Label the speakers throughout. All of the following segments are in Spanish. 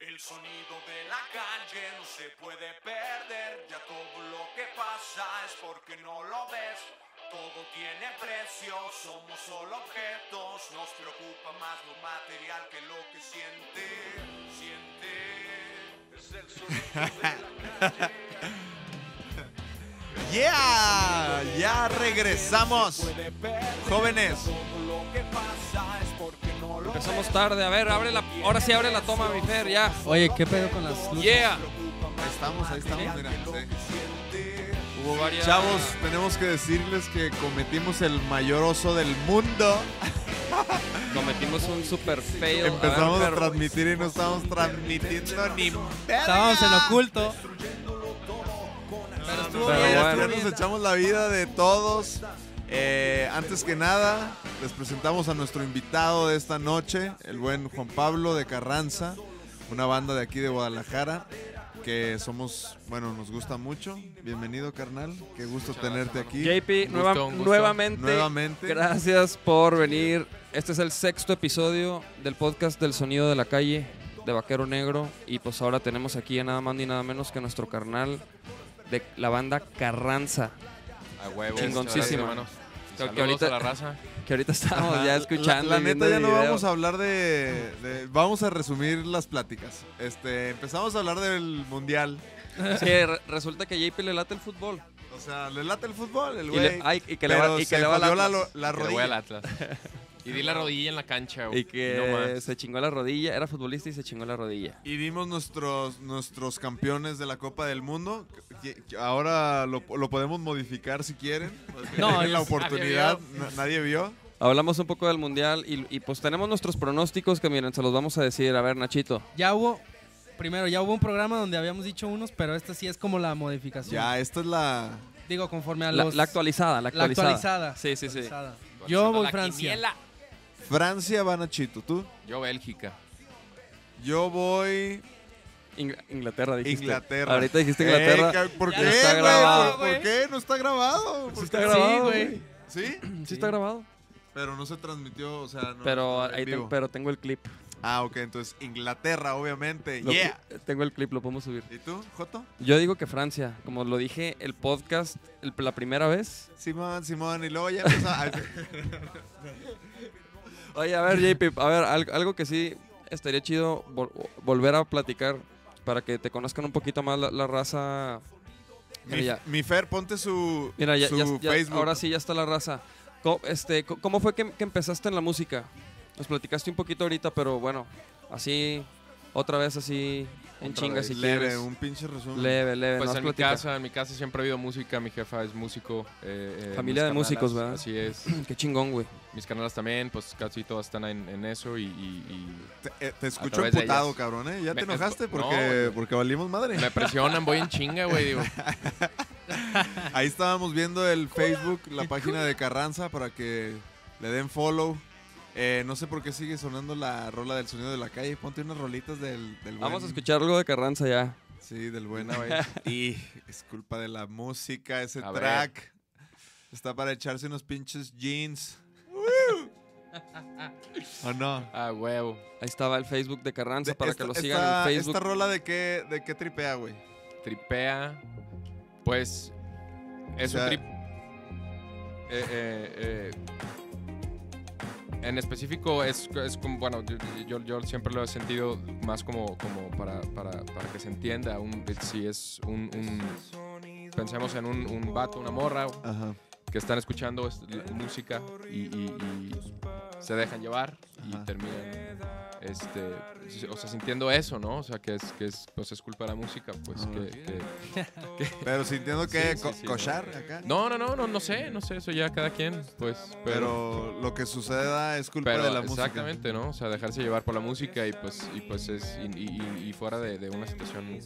Speaker 1: El sonido de la calle no se puede perder, ya todo lo que pasa es porque no lo ves. Todo tiene precio, somos solo objetos, nos preocupa más lo material que lo que siente, siente. Es el sonido de la calle.
Speaker 2: ¡Yeah! Ya regresamos.
Speaker 1: Puede perder,
Speaker 2: Jóvenes.
Speaker 1: Todo lo que pasa es porque no lo
Speaker 3: Empezamos
Speaker 1: ves.
Speaker 3: tarde. A ver, abre la, ahora sí abre la toma, mi Fer, ya.
Speaker 4: Oye, ¿qué pedo con las luces?
Speaker 3: Yeah.
Speaker 2: Ahí estamos, ahí estamos, mira. sí.
Speaker 3: Hubo varias.
Speaker 2: Chavos, tenemos que decirles que cometimos el mayor oso del mundo.
Speaker 3: Cometimos un super fail.
Speaker 2: Empezamos
Speaker 3: ver,
Speaker 2: a
Speaker 3: Fer,
Speaker 2: transmitir y no estábamos transmitiendo ni
Speaker 4: Estábamos en oculto.
Speaker 3: Pero estuvo
Speaker 2: Pero
Speaker 3: bien,
Speaker 2: bueno,
Speaker 3: estuvo
Speaker 2: ya
Speaker 3: bien.
Speaker 2: nos echamos la vida de todos. Eh, antes que nada, les presentamos a nuestro invitado de esta noche, el buen Juan Pablo de Carranza, una banda de aquí de Guadalajara que somos, bueno, nos gusta mucho. Bienvenido, carnal. Qué gusto tenerte aquí.
Speaker 3: JP,
Speaker 5: Un
Speaker 3: nueva-
Speaker 5: gusto, un gusto.
Speaker 3: nuevamente,
Speaker 2: Nuevamente.
Speaker 3: gracias por venir. Este es el sexto episodio del podcast del sonido de la calle de Vaquero Negro. Y pues ahora tenemos aquí a nada más ni nada menos que nuestro carnal de la banda Carranza.
Speaker 5: A huevo.
Speaker 3: Chingoncísima.
Speaker 5: hermanos.
Speaker 3: Creo que
Speaker 5: Saludos
Speaker 3: ahorita-
Speaker 5: a la raza.
Speaker 3: Que ahorita estábamos
Speaker 2: Ajá.
Speaker 3: ya
Speaker 2: La-
Speaker 3: escuchando.
Speaker 2: La,
Speaker 3: y viendo
Speaker 2: neta ya
Speaker 3: el
Speaker 2: no
Speaker 3: video.
Speaker 2: vamos a hablar de, de- vamos a resumir las pláticas. Este, empezamos a hablar del mundial.
Speaker 3: Sí, re- resulta que JP le late el fútbol.
Speaker 2: O sea, le late el fútbol, el
Speaker 3: Y, le-
Speaker 2: güey.
Speaker 3: ay, y que le
Speaker 2: pero
Speaker 3: va, y que
Speaker 2: se
Speaker 3: le va al
Speaker 2: jodió la,
Speaker 3: Atlas.
Speaker 2: lo- la
Speaker 5: Que le voy al
Speaker 2: rodilla.
Speaker 5: Atlas. Y di la rodilla en la cancha, güey.
Speaker 3: Y que
Speaker 5: No más.
Speaker 3: se chingó la rodilla, era futbolista y se chingó la rodilla.
Speaker 2: Y dimos nuestros, nuestros campeones de la Copa del Mundo. que- que Ahora lo, lo podemos modificar si quieren.
Speaker 4: No,
Speaker 2: No, la
Speaker 4: ellos-
Speaker 2: oportunidad. na- Nadie vio.
Speaker 3: Hablamos un poco del mundial y, y pues tenemos nuestros pronósticos que miren, se los vamos a decir. A ver, Nachito.
Speaker 4: Ya hubo, primero, ya hubo un programa donde habíamos dicho unos, pero esta sí es como la modificación.
Speaker 2: Ya, esta es la.
Speaker 4: Digo, conforme a
Speaker 3: La,
Speaker 4: los...
Speaker 3: la actualizada, la
Speaker 4: la
Speaker 3: actualizada.
Speaker 4: actualizada.
Speaker 3: Sí, sí, sí.
Speaker 4: Actualizada.
Speaker 5: Actualizando
Speaker 4: Yo voy
Speaker 5: la
Speaker 4: Francia.
Speaker 5: quiniela.
Speaker 2: Francia va Nachito, tú.
Speaker 5: Yo Bélgica.
Speaker 3: Eh,
Speaker 2: Yo voy
Speaker 3: Ing- Inglaterra dijiste.
Speaker 2: Inglaterra.
Speaker 3: Ahorita dijiste
Speaker 2: Eh,
Speaker 3: Inglaterra.
Speaker 2: ca- ¿Por
Speaker 3: Ya
Speaker 2: qué,
Speaker 3: está
Speaker 2: güey?
Speaker 3: grabado,
Speaker 2: ¿Por- ¿Por qué? No está grabado. ¿Por
Speaker 3: está
Speaker 2: qué?
Speaker 3: grabado.
Speaker 4: Sí,
Speaker 3: güey.
Speaker 4: güey.
Speaker 2: ¿Sí?
Speaker 3: Sí, está grabado.
Speaker 2: Pero no se transmitió, o sea, no.
Speaker 3: Pero,
Speaker 2: en
Speaker 3: ahí ten-
Speaker 2: vivo.
Speaker 3: pero tengo el clip.
Speaker 2: Ah, ok, entonces Inglaterra, obviamente.
Speaker 3: Lo-
Speaker 2: Yeah.
Speaker 3: Tengo el clip, lo podemos subir.
Speaker 2: ¿Y tú, Joto?
Speaker 3: Yo digo que Francia, como lo dije el podcast el- la primera vez.
Speaker 2: Simón, Simón, y luego ya empezó. a-
Speaker 3: Oye, a ver, JP, a ver, al- algo que sí estaría chido vol- volver a platicar para que te conozcan un poquito más la, la raza. Mira,
Speaker 2: mi,
Speaker 3: ya.
Speaker 2: mi Fer, ponte su,
Speaker 3: Mira, ya,
Speaker 2: su
Speaker 3: ya- ya-
Speaker 2: Facebook.
Speaker 3: ahora sí ya está la raza. Co- este, co- ¿Cómo fue que, que empezaste en la música? Nos platicaste un poquito ahorita, pero bueno, así, otra vez así, en
Speaker 2: Otra vez,
Speaker 3: chingas si
Speaker 2: leve,
Speaker 3: quieres.
Speaker 2: un pinche resumen.
Speaker 3: Leve, leve,
Speaker 5: Pues
Speaker 3: nos
Speaker 5: en mi
Speaker 3: platica.
Speaker 5: casa, en mi casa siempre ha habido música. Mi jefa es músico. eh, eh,
Speaker 3: Familia
Speaker 5: mis
Speaker 3: de músicos,
Speaker 5: carnalas,
Speaker 3: ¿verdad?
Speaker 5: Así es.
Speaker 3: Mm, Qué chingón, güey.
Speaker 5: Mis canalas también, pues casi todas están en, en eso y, y-
Speaker 2: Te, eh, te escucho
Speaker 5: través de
Speaker 2: emputado,
Speaker 5: ellas.
Speaker 2: cabrón, ¿eh? ¿Ya te
Speaker 5: Me- me-
Speaker 2: enojaste?
Speaker 5: no,
Speaker 2: Porque,
Speaker 5: güey.
Speaker 2: porque valimos madre.
Speaker 5: y me presionan, voy en chinga, güey. Digo,
Speaker 2: Ahí estábamos viendo el Facebook, la página de Carranza, para que le den follow. Eh, no sé por qué sigue sonando la rola del sonido de la calle. Ponte unas rolitas del, del
Speaker 3: Vamos a
Speaker 2: buen-
Speaker 3: escuchar algo de Carranza ya.
Speaker 2: Sí, del buen.
Speaker 5: Una vez.
Speaker 2: y es culpa de la música, ese
Speaker 5: A ver.
Speaker 2: track. Está para echarse unos pinches jeans. ¿O no?
Speaker 5: ah, huevo.
Speaker 3: Ahí estaba el Facebook de Carranza
Speaker 2: De-
Speaker 3: para
Speaker 2: esta-
Speaker 3: que lo sigan
Speaker 2: esta-
Speaker 3: en Facebook.
Speaker 2: ¿Esta rola de qué, de qué tripea, güey?
Speaker 5: Tripea. Pues es
Speaker 2: O sea-
Speaker 5: un trip. eh, eh, eh, en específico es, es como, bueno, yo, yo- yo siempre lo he sentido más como, como para, para- para que se entienda. Un, si es un, un- pensemos en un, un vato, una morra
Speaker 2: Ajá.
Speaker 5: que están escuchando es- la música y, y- y se dejan llevar y
Speaker 2: Ajá.
Speaker 5: terminan este o sea sintiendo eso no o sea que es que es pues es culpa de la música pues
Speaker 2: Ah.
Speaker 5: que- que,
Speaker 2: Pero sintiendo que
Speaker 5: Sí, sí,
Speaker 2: co-
Speaker 5: sí.
Speaker 2: cochar acá.
Speaker 5: No, no, no, no, no sé, no sé, eso ya cada quien, pues. Pero,
Speaker 2: Pero lo que suceda es culpa
Speaker 5: pero
Speaker 2: de la música.
Speaker 5: exactamente, ¿no? O sea, dejarse llevar por la música y pues, y pues es, y, y- y fuera de, de una situación eh,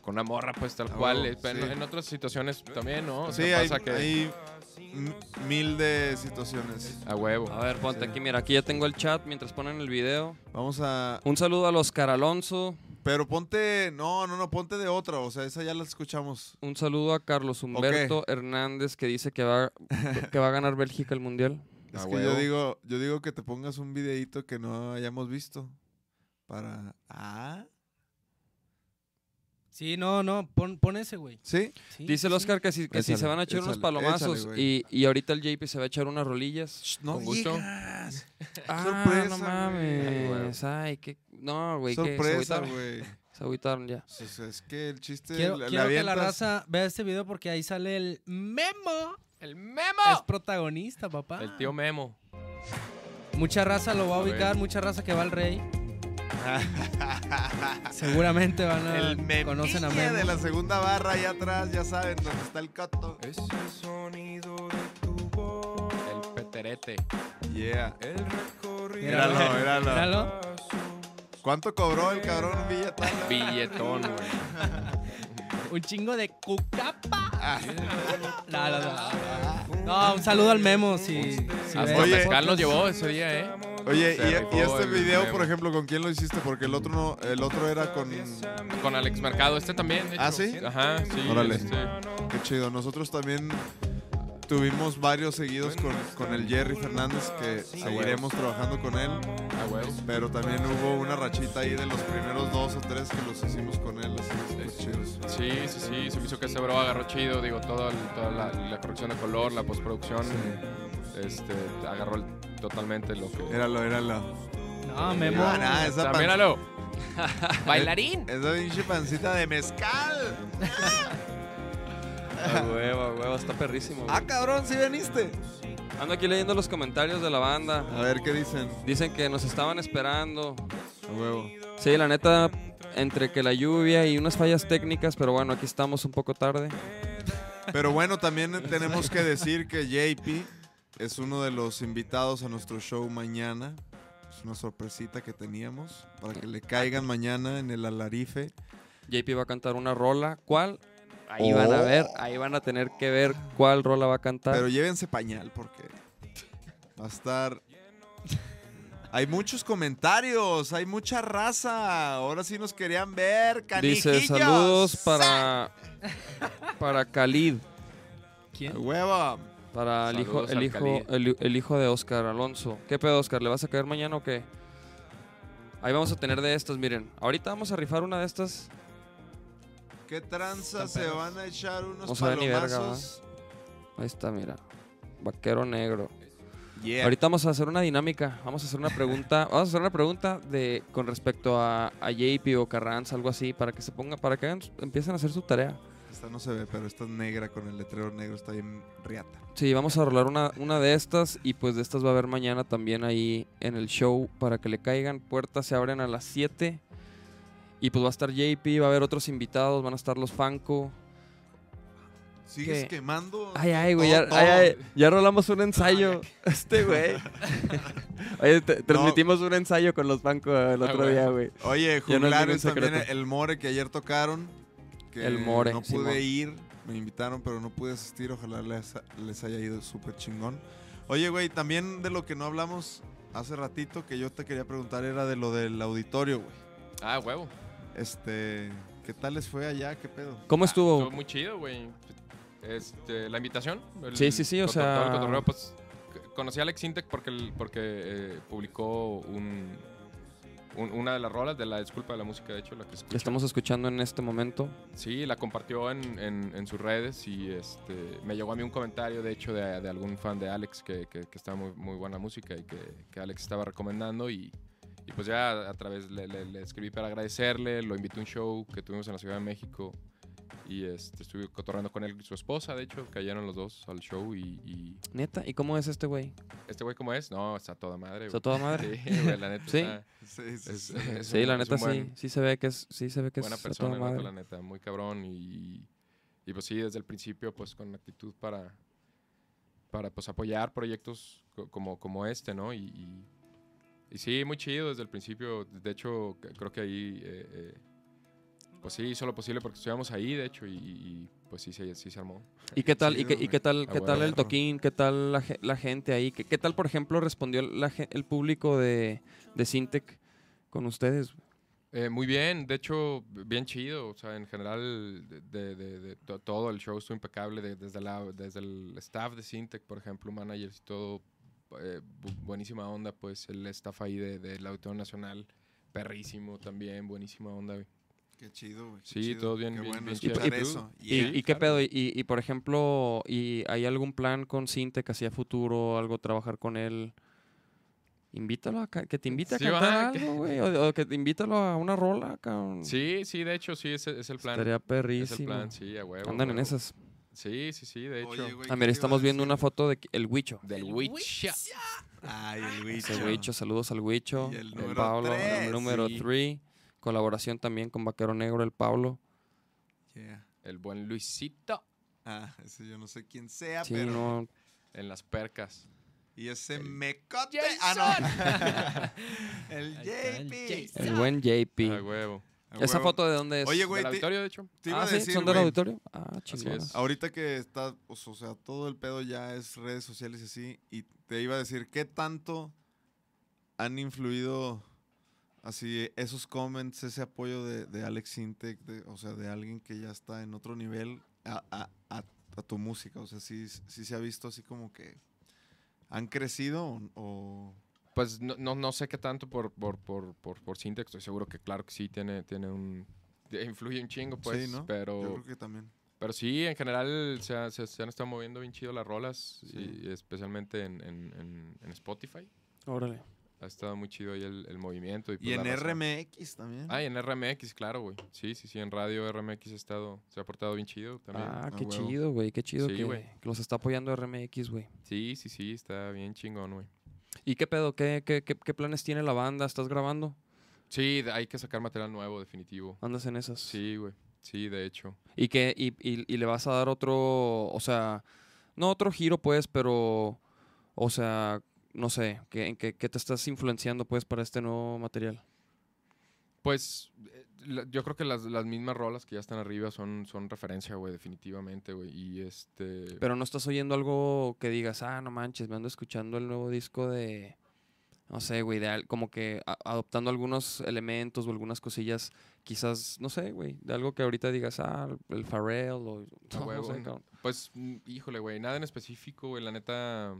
Speaker 5: con una morra, pues tal
Speaker 2: Ah,
Speaker 5: cual.
Speaker 2: bueno,
Speaker 5: eh, pero
Speaker 2: sí.
Speaker 5: en, en otras situaciones también, ¿no? O
Speaker 2: Sí,
Speaker 5: sea,
Speaker 2: hay,
Speaker 5: pasa que
Speaker 2: hay m- mil de situaciones.
Speaker 5: a huevo.
Speaker 3: A ver, ponte aquí, mira, aquí ya tengo el chat mientras ponen el video.
Speaker 2: Vamos a.
Speaker 3: Un saludo al Oscar Alonso,
Speaker 2: Pero ponte. No, no, no, ponte de otra. O sea, esa ya la escuchamos.
Speaker 3: un saludo a Carlos Humberto Hernández que dice que va, que va a ganar Bélgica el Mundial.
Speaker 2: Es
Speaker 5: Ah,
Speaker 2: que yo
Speaker 5: huevo.
Speaker 2: digo, yo digo que te pongas un videíto que no hayamos visto. para... Ah,
Speaker 4: Sí, no, no, pon, pon ese, güey.
Speaker 2: ¿sí?
Speaker 4: Sí,
Speaker 3: Dice el
Speaker 4: sí.
Speaker 3: Oscar que si, que si
Speaker 2: Échale,
Speaker 3: se van a echar unos
Speaker 2: échale,
Speaker 3: palomazos
Speaker 2: échale, güey.
Speaker 3: y, y ahorita el JP se va a echar unas rolillas.
Speaker 2: No
Speaker 5: Con gusto.
Speaker 2: digas.
Speaker 3: Ah,
Speaker 2: sorpresa,
Speaker 3: no
Speaker 2: güey.
Speaker 3: mames. Ay, qué... No, güey, que se
Speaker 2: Sorpresa,
Speaker 3: agüitaron.
Speaker 2: güey.
Speaker 3: Se agüitaron ya.
Speaker 2: O sea, es que el chiste...
Speaker 4: Quiero,
Speaker 2: le- le
Speaker 4: quiero que la
Speaker 2: avientas-
Speaker 4: raza vea este video porque ahí sale el Memo.
Speaker 5: ¡El memo!
Speaker 4: Es protagonista, papá.
Speaker 5: El tío memo.
Speaker 4: Mucha raza lo va a
Speaker 5: A ver.
Speaker 4: ubicar, mucha raza que va al rey. Seguramente van a
Speaker 2: El meme
Speaker 4: conocen a Memo.
Speaker 2: de la segunda barra allá atrás, ya saben dónde está el coto.
Speaker 5: Es el sonido de tu voz. El peterete.
Speaker 2: Yeah.
Speaker 4: Míralo,
Speaker 2: Míralo, míralo.
Speaker 4: Míralo.
Speaker 2: ¿Cuánto cobró el cabrón Villa Tala?
Speaker 5: Billetón, güey.
Speaker 4: Un chingo de cucapa. No, no, no. No, un saludo al Memo si, si
Speaker 5: Hasta
Speaker 4: ve
Speaker 2: Oye.
Speaker 4: este
Speaker 5: mezcal nos
Speaker 4: podcast.
Speaker 5: llevó ese día, ¿eh?
Speaker 2: Oye,
Speaker 5: Se
Speaker 2: y, y
Speaker 5: rifó
Speaker 2: este
Speaker 5: el
Speaker 2: video,
Speaker 5: memo.
Speaker 2: por ejemplo, ¿con quién lo hiciste? Porque el otro no, el otro era con
Speaker 5: Con Alex Mercado. Este también, de hecho.
Speaker 2: ¿Ah, sí?
Speaker 5: Ajá, sí.
Speaker 2: Órale.
Speaker 5: este,
Speaker 2: Qué chido. Nosotros también tuvimos varios seguidos con, con el Jerry Fernández,
Speaker 5: Ah,
Speaker 2: que seguiremos trabajando con él.
Speaker 5: a huevo.
Speaker 2: Pero también hubo una rachita ahí de los primeros dos o tres que los hicimos con él. Así pues, chidos.
Speaker 5: Sí, sí, sí, se me hizo que ese bro agarró chido, digo, toda, toda la, la corrección de color, la postproducción, este, agarró el- totalmente lo que...
Speaker 2: Éralo, éralo.
Speaker 4: No, Memo.
Speaker 2: Ah, nah, esa,
Speaker 5: También
Speaker 2: pan-
Speaker 5: aló. Bailarín.
Speaker 2: esa pinche pancita de mezcal.
Speaker 3: A huevo, a huevo, está perrísimo. güey.
Speaker 2: Ah, cabrón, sí veniste.
Speaker 3: Ando aquí leyendo los comentarios de la banda.
Speaker 2: A ver qué dicen.
Speaker 3: Dicen que nos estaban esperando.
Speaker 2: A huevo.
Speaker 3: Sí, la neta, entre que la lluvia y unas fallas técnicas, pero bueno, aquí estamos un poco tarde.
Speaker 2: Pero bueno, también tenemos que decir que JP es uno de los invitados a nuestro show mañana. Es una sorpresita que teníamos para que le caigan mañana en el alarife.
Speaker 3: Ah. JP va a cantar una rola. ¿Cuál? Ahí van a
Speaker 2: Oh.
Speaker 3: ver, ahí van a tener que ver cuál rola va a cantar.
Speaker 2: Pero llévense pañal porque va a estar... Hay muchos comentarios, hay mucha raza. Ahora sí nos querían ver, canijillos.
Speaker 3: Dice saludos para para Khalid,
Speaker 4: ¿Quién?
Speaker 2: ¡Hueva!
Speaker 3: para el hijo
Speaker 5: Saludos al
Speaker 3: el hijo
Speaker 5: Khalid.
Speaker 3: el, el hijo de Oscar Alonso. ¿Qué pedo Oscar? ¿Le vas a caer mañana o qué? Ahí vamos a tener de estas, miren. Ahorita vamos a rifar una de estas.
Speaker 2: ¿Qué tranza
Speaker 4: Están
Speaker 2: se
Speaker 4: pedos.
Speaker 2: van a echar unos
Speaker 3: No saben ni verga,
Speaker 2: palomazos?
Speaker 3: Ahí está, mira. Vaquero negro.
Speaker 2: Yeah.
Speaker 3: Ahorita vamos a hacer una dinámica. Vamos a hacer una pregunta. vamos a hacer una pregunta de con respecto a, a JP o Carranza, algo así, para que se ponga, para que hagan- empiecen a hacer su tarea.
Speaker 2: Esta no se ve, pero esta es negra con el letrero negro, está bien riata.
Speaker 3: Sí, vamos a rolar una, una de estas y pues de estas va a haber mañana también ahí en el show para que le caigan. Puertas se abren a las 7 y pues va a estar JP, va a haber otros invitados, van a estar los Fanco.
Speaker 2: ¿Sigues
Speaker 3: ¿Qué?
Speaker 2: quemando?
Speaker 3: Ay, ay, güey,
Speaker 2: Todo,
Speaker 3: ya,
Speaker 2: todo.
Speaker 3: ay, ay, ya rolamos un ensayo. Este güey. Oye, te- transmitimos un ensayo con los Fanco el
Speaker 5: Ah,
Speaker 3: otro
Speaker 5: güey.
Speaker 3: día, güey.
Speaker 2: Oye,
Speaker 3: Ya no es
Speaker 2: juglares
Speaker 3: ningún
Speaker 2: también,
Speaker 3: secreto.
Speaker 2: el More que ayer tocaron. Que
Speaker 3: El More,
Speaker 2: No
Speaker 3: Simón.
Speaker 2: pude ir, me invitaron, pero no pude asistir. Ojalá les, les haya ido súper chingón. Oye, güey, también de lo que no hablamos hace ratito, que yo te quería preguntar, era de lo del auditorio, güey.
Speaker 5: Ah, huevo.
Speaker 2: Este, ¿qué tal les fue allá? ¿Qué pedo?
Speaker 3: ¿Cómo
Speaker 5: Ah,
Speaker 3: estuvo?
Speaker 5: estuvo muy chido, güey. Este, la invitación. el
Speaker 3: Sí, sí, sí, o
Speaker 5: coto-
Speaker 3: sea-
Speaker 5: todo el cotorreo, pues, c- conocí a Alex Intec porque, el- porque eh, publicó un, un- una de las rolas de la disculpa de la música, de hecho, la que
Speaker 3: Ya
Speaker 5: escuché.
Speaker 3: estamos escuchando en este momento.
Speaker 5: Sí, la compartió en, en- en sus redes y este, me llegó a mí un comentario, de hecho, de, de algún fan de Alex que, que- que estaba muy, muy buena música y que, que Alex estaba recomendando y, y pues ya a través le, le- le escribí para agradecerle, lo invité a un show que tuvimos en la Ciudad de México y este, estuve cotorreando con él y su esposa, de hecho, cayeron los dos al show y, y
Speaker 3: Neta, ¿y cómo es este güey?
Speaker 5: este güey cómo es, no, está toda madre.
Speaker 3: ¿Está
Speaker 5: güey.
Speaker 3: toda madre?
Speaker 5: Sí, güey, la neta.
Speaker 3: Sí.
Speaker 5: está-
Speaker 2: Sí, sí,
Speaker 5: es-
Speaker 2: sí.
Speaker 5: es
Speaker 3: Sí,
Speaker 5: un-
Speaker 3: la
Speaker 5: es
Speaker 3: neta
Speaker 5: un buen-
Speaker 3: sí, sí se ve que es, sí se ve que
Speaker 5: buena
Speaker 3: es a toda
Speaker 5: persona, el vato,
Speaker 3: madre.
Speaker 5: la neta, muy cabrón y, y pues sí, desde el principio pues con actitud para para pues apoyar proyectos co- como, como este, ¿no? Y, y, y sí, muy chido desde el principio, de hecho c- creo que ahí eh, eh, pues sí hizo lo posible porque estuviéramos ahí, de hecho, y, y, pues sí, se- sí se armó.
Speaker 3: ¿Y qué tal, y qué,
Speaker 2: chido,
Speaker 3: y qué tal,
Speaker 5: Ah,
Speaker 3: qué tal el
Speaker 5: bueno.
Speaker 3: toquín? ¿Qué tal la, ge- la gente ahí? ¿Qué, qué tal, por ejemplo, respondió la ge- el público de, de Sintec con ustedes?
Speaker 5: Eh, muy bien, de hecho, bien chido. O sea, en general, de, de- de- de to- todo el show estuvo impecable. de- desde, la, desde el staff de Sintec, por ejemplo, managers y todo, eh, bu- buenísima onda, pues el staff ahí de- del Auditorio Nacional, perrísimo también, buenísima onda, güey.
Speaker 2: Qué chido, güey. qué
Speaker 5: Sí,
Speaker 2: chido,
Speaker 5: todos bien-
Speaker 2: Qué
Speaker 5: bien-
Speaker 2: bueno
Speaker 5: bien
Speaker 2: escuchar
Speaker 3: chido. ¿Y tú?
Speaker 2: eso.
Speaker 3: ¿Y,
Speaker 2: Yeah.
Speaker 3: y qué pedo? ¿Y, y, por ejemplo, ¿y hay algún plan con Cinte que hacía futuro, algo trabajar con él? Invítalo a ca- que te invite a
Speaker 5: Sí,
Speaker 3: cantar
Speaker 5: va, que-
Speaker 3: algo, güey. O, o que te invítalo a una rola, cabrón.
Speaker 5: Sí, sí, de hecho, sí, ese es el plan.
Speaker 3: Mm. Estaría
Speaker 5: es el
Speaker 3: perrísimo.
Speaker 5: plan, sí, a huevo.
Speaker 3: Andan
Speaker 5: a
Speaker 3: en
Speaker 5: huevo.
Speaker 3: esas.
Speaker 5: Sí, sí, sí, de hecho.
Speaker 2: Oye, güey,
Speaker 3: Ah,
Speaker 2: ¿qué te iba
Speaker 3: mira,
Speaker 2: a
Speaker 3: estamos viendo
Speaker 2: decir?
Speaker 3: una foto de el Huicho.
Speaker 5: Del
Speaker 4: Witch.
Speaker 5: Witch.
Speaker 2: Ay,
Speaker 3: Ah,
Speaker 2: el Wicho.
Speaker 3: El Huicho, saludos al Huicho.
Speaker 2: Y el
Speaker 3: El,
Speaker 2: número
Speaker 3: Pablo,
Speaker 2: tres,
Speaker 3: el número
Speaker 5: sí.
Speaker 3: 3. Colaboración también con Vaquero Negro, el Pablo.
Speaker 2: Yeah.
Speaker 5: El buen Luisito
Speaker 2: Ah, ese yo no sé quién sea,
Speaker 3: Sí,
Speaker 2: pero.
Speaker 3: no,
Speaker 5: en las percas.
Speaker 2: Y ese mecote. Ah, no. el
Speaker 4: Ahí está el
Speaker 2: JP.
Speaker 3: el buen JP.
Speaker 5: A huevo.
Speaker 2: A
Speaker 3: ¿Esa
Speaker 2: Ah, huevo.
Speaker 3: foto de dónde es?
Speaker 2: Oye,
Speaker 5: Del
Speaker 2: güey, te,
Speaker 5: auditorio, de hecho.
Speaker 2: te iba
Speaker 3: Ah,
Speaker 2: a
Speaker 3: sí,
Speaker 2: decir,
Speaker 3: son del
Speaker 2: güey,
Speaker 3: auditorio. Ah, chingonas.
Speaker 5: es.
Speaker 2: Ahorita que está, o s- o sea, todo el pedo ya es redes sociales y así, y te iba a decir, ¿qué tanto han influido así esos comments, ese apoyo de, de Alex Intec, o sea, de alguien que ya está en otro nivel a, a- a- a tu música? O sea, sí, sí se ha visto así como que han crecido o- o...
Speaker 5: Pues no, no, no sé qué tanto por, por, por, por, por Syntex, Estoy seguro que claro que sí tiene, tiene un... de- Influye un chingo, pues.
Speaker 2: sí, ¿no?
Speaker 5: Pero...
Speaker 2: Yo creo que también.
Speaker 5: Pero sí, en general se, ha- se- se han estado moviendo bien chido las rolas, y, y especialmente en, en- en- en Spotify.
Speaker 3: Órale.
Speaker 5: Ha estado muy chido ahí el, el movimiento. Y, pues,
Speaker 2: Y
Speaker 5: la
Speaker 2: en
Speaker 5: raza-
Speaker 2: RMX también.
Speaker 5: Ah, y en RMX, claro, güey. Sí, sí, sí, en radio RMX ha estado, se ha portado bien chido también.
Speaker 3: Ah,
Speaker 2: a
Speaker 3: qué
Speaker 2: huevo.
Speaker 3: chido, güey. Qué chido
Speaker 5: Sí,
Speaker 3: que,
Speaker 5: güey.
Speaker 3: que los está apoyando RMX, güey.
Speaker 5: Sí, sí, sí, está bien chingón, güey.
Speaker 3: ¿Y qué pedo? ¿Qué, qué, qué, qué planes tiene la banda? ¿Estás grabando?
Speaker 5: Sí, de- hay que sacar material nuevo,
Speaker 2: Ah,
Speaker 5: definitivo.
Speaker 3: ¿Andas en esas?
Speaker 5: Sí, güey. Sí, de hecho.
Speaker 3: ¿Y, qué, y, y, y le vas a dar otro, o sea, no otro giro, pues, pero, o sea, no sé, ¿qué, ¿en qué, qué te estás influenciando, pues, para este nuevo material?
Speaker 5: Pues eh, la- yo creo que las, las mismas rolas que ya están arriba son, son referencia, güey, definitivamente, güey. Y este...
Speaker 3: Pero no estás oyendo algo que digas, ah, no manches, me ando escuchando el nuevo disco de, no sé, güey, de al- como que a- adoptando algunos elementos o algunas cosillas, quizás, no sé, güey, de algo que ahorita digas, ah, el Pharrell o... no, no
Speaker 5: huevo,
Speaker 3: sé,
Speaker 5: ¿no?
Speaker 3: cabrón.
Speaker 5: Pues, mm, híjole, güey, nada en específico, güey, la neta.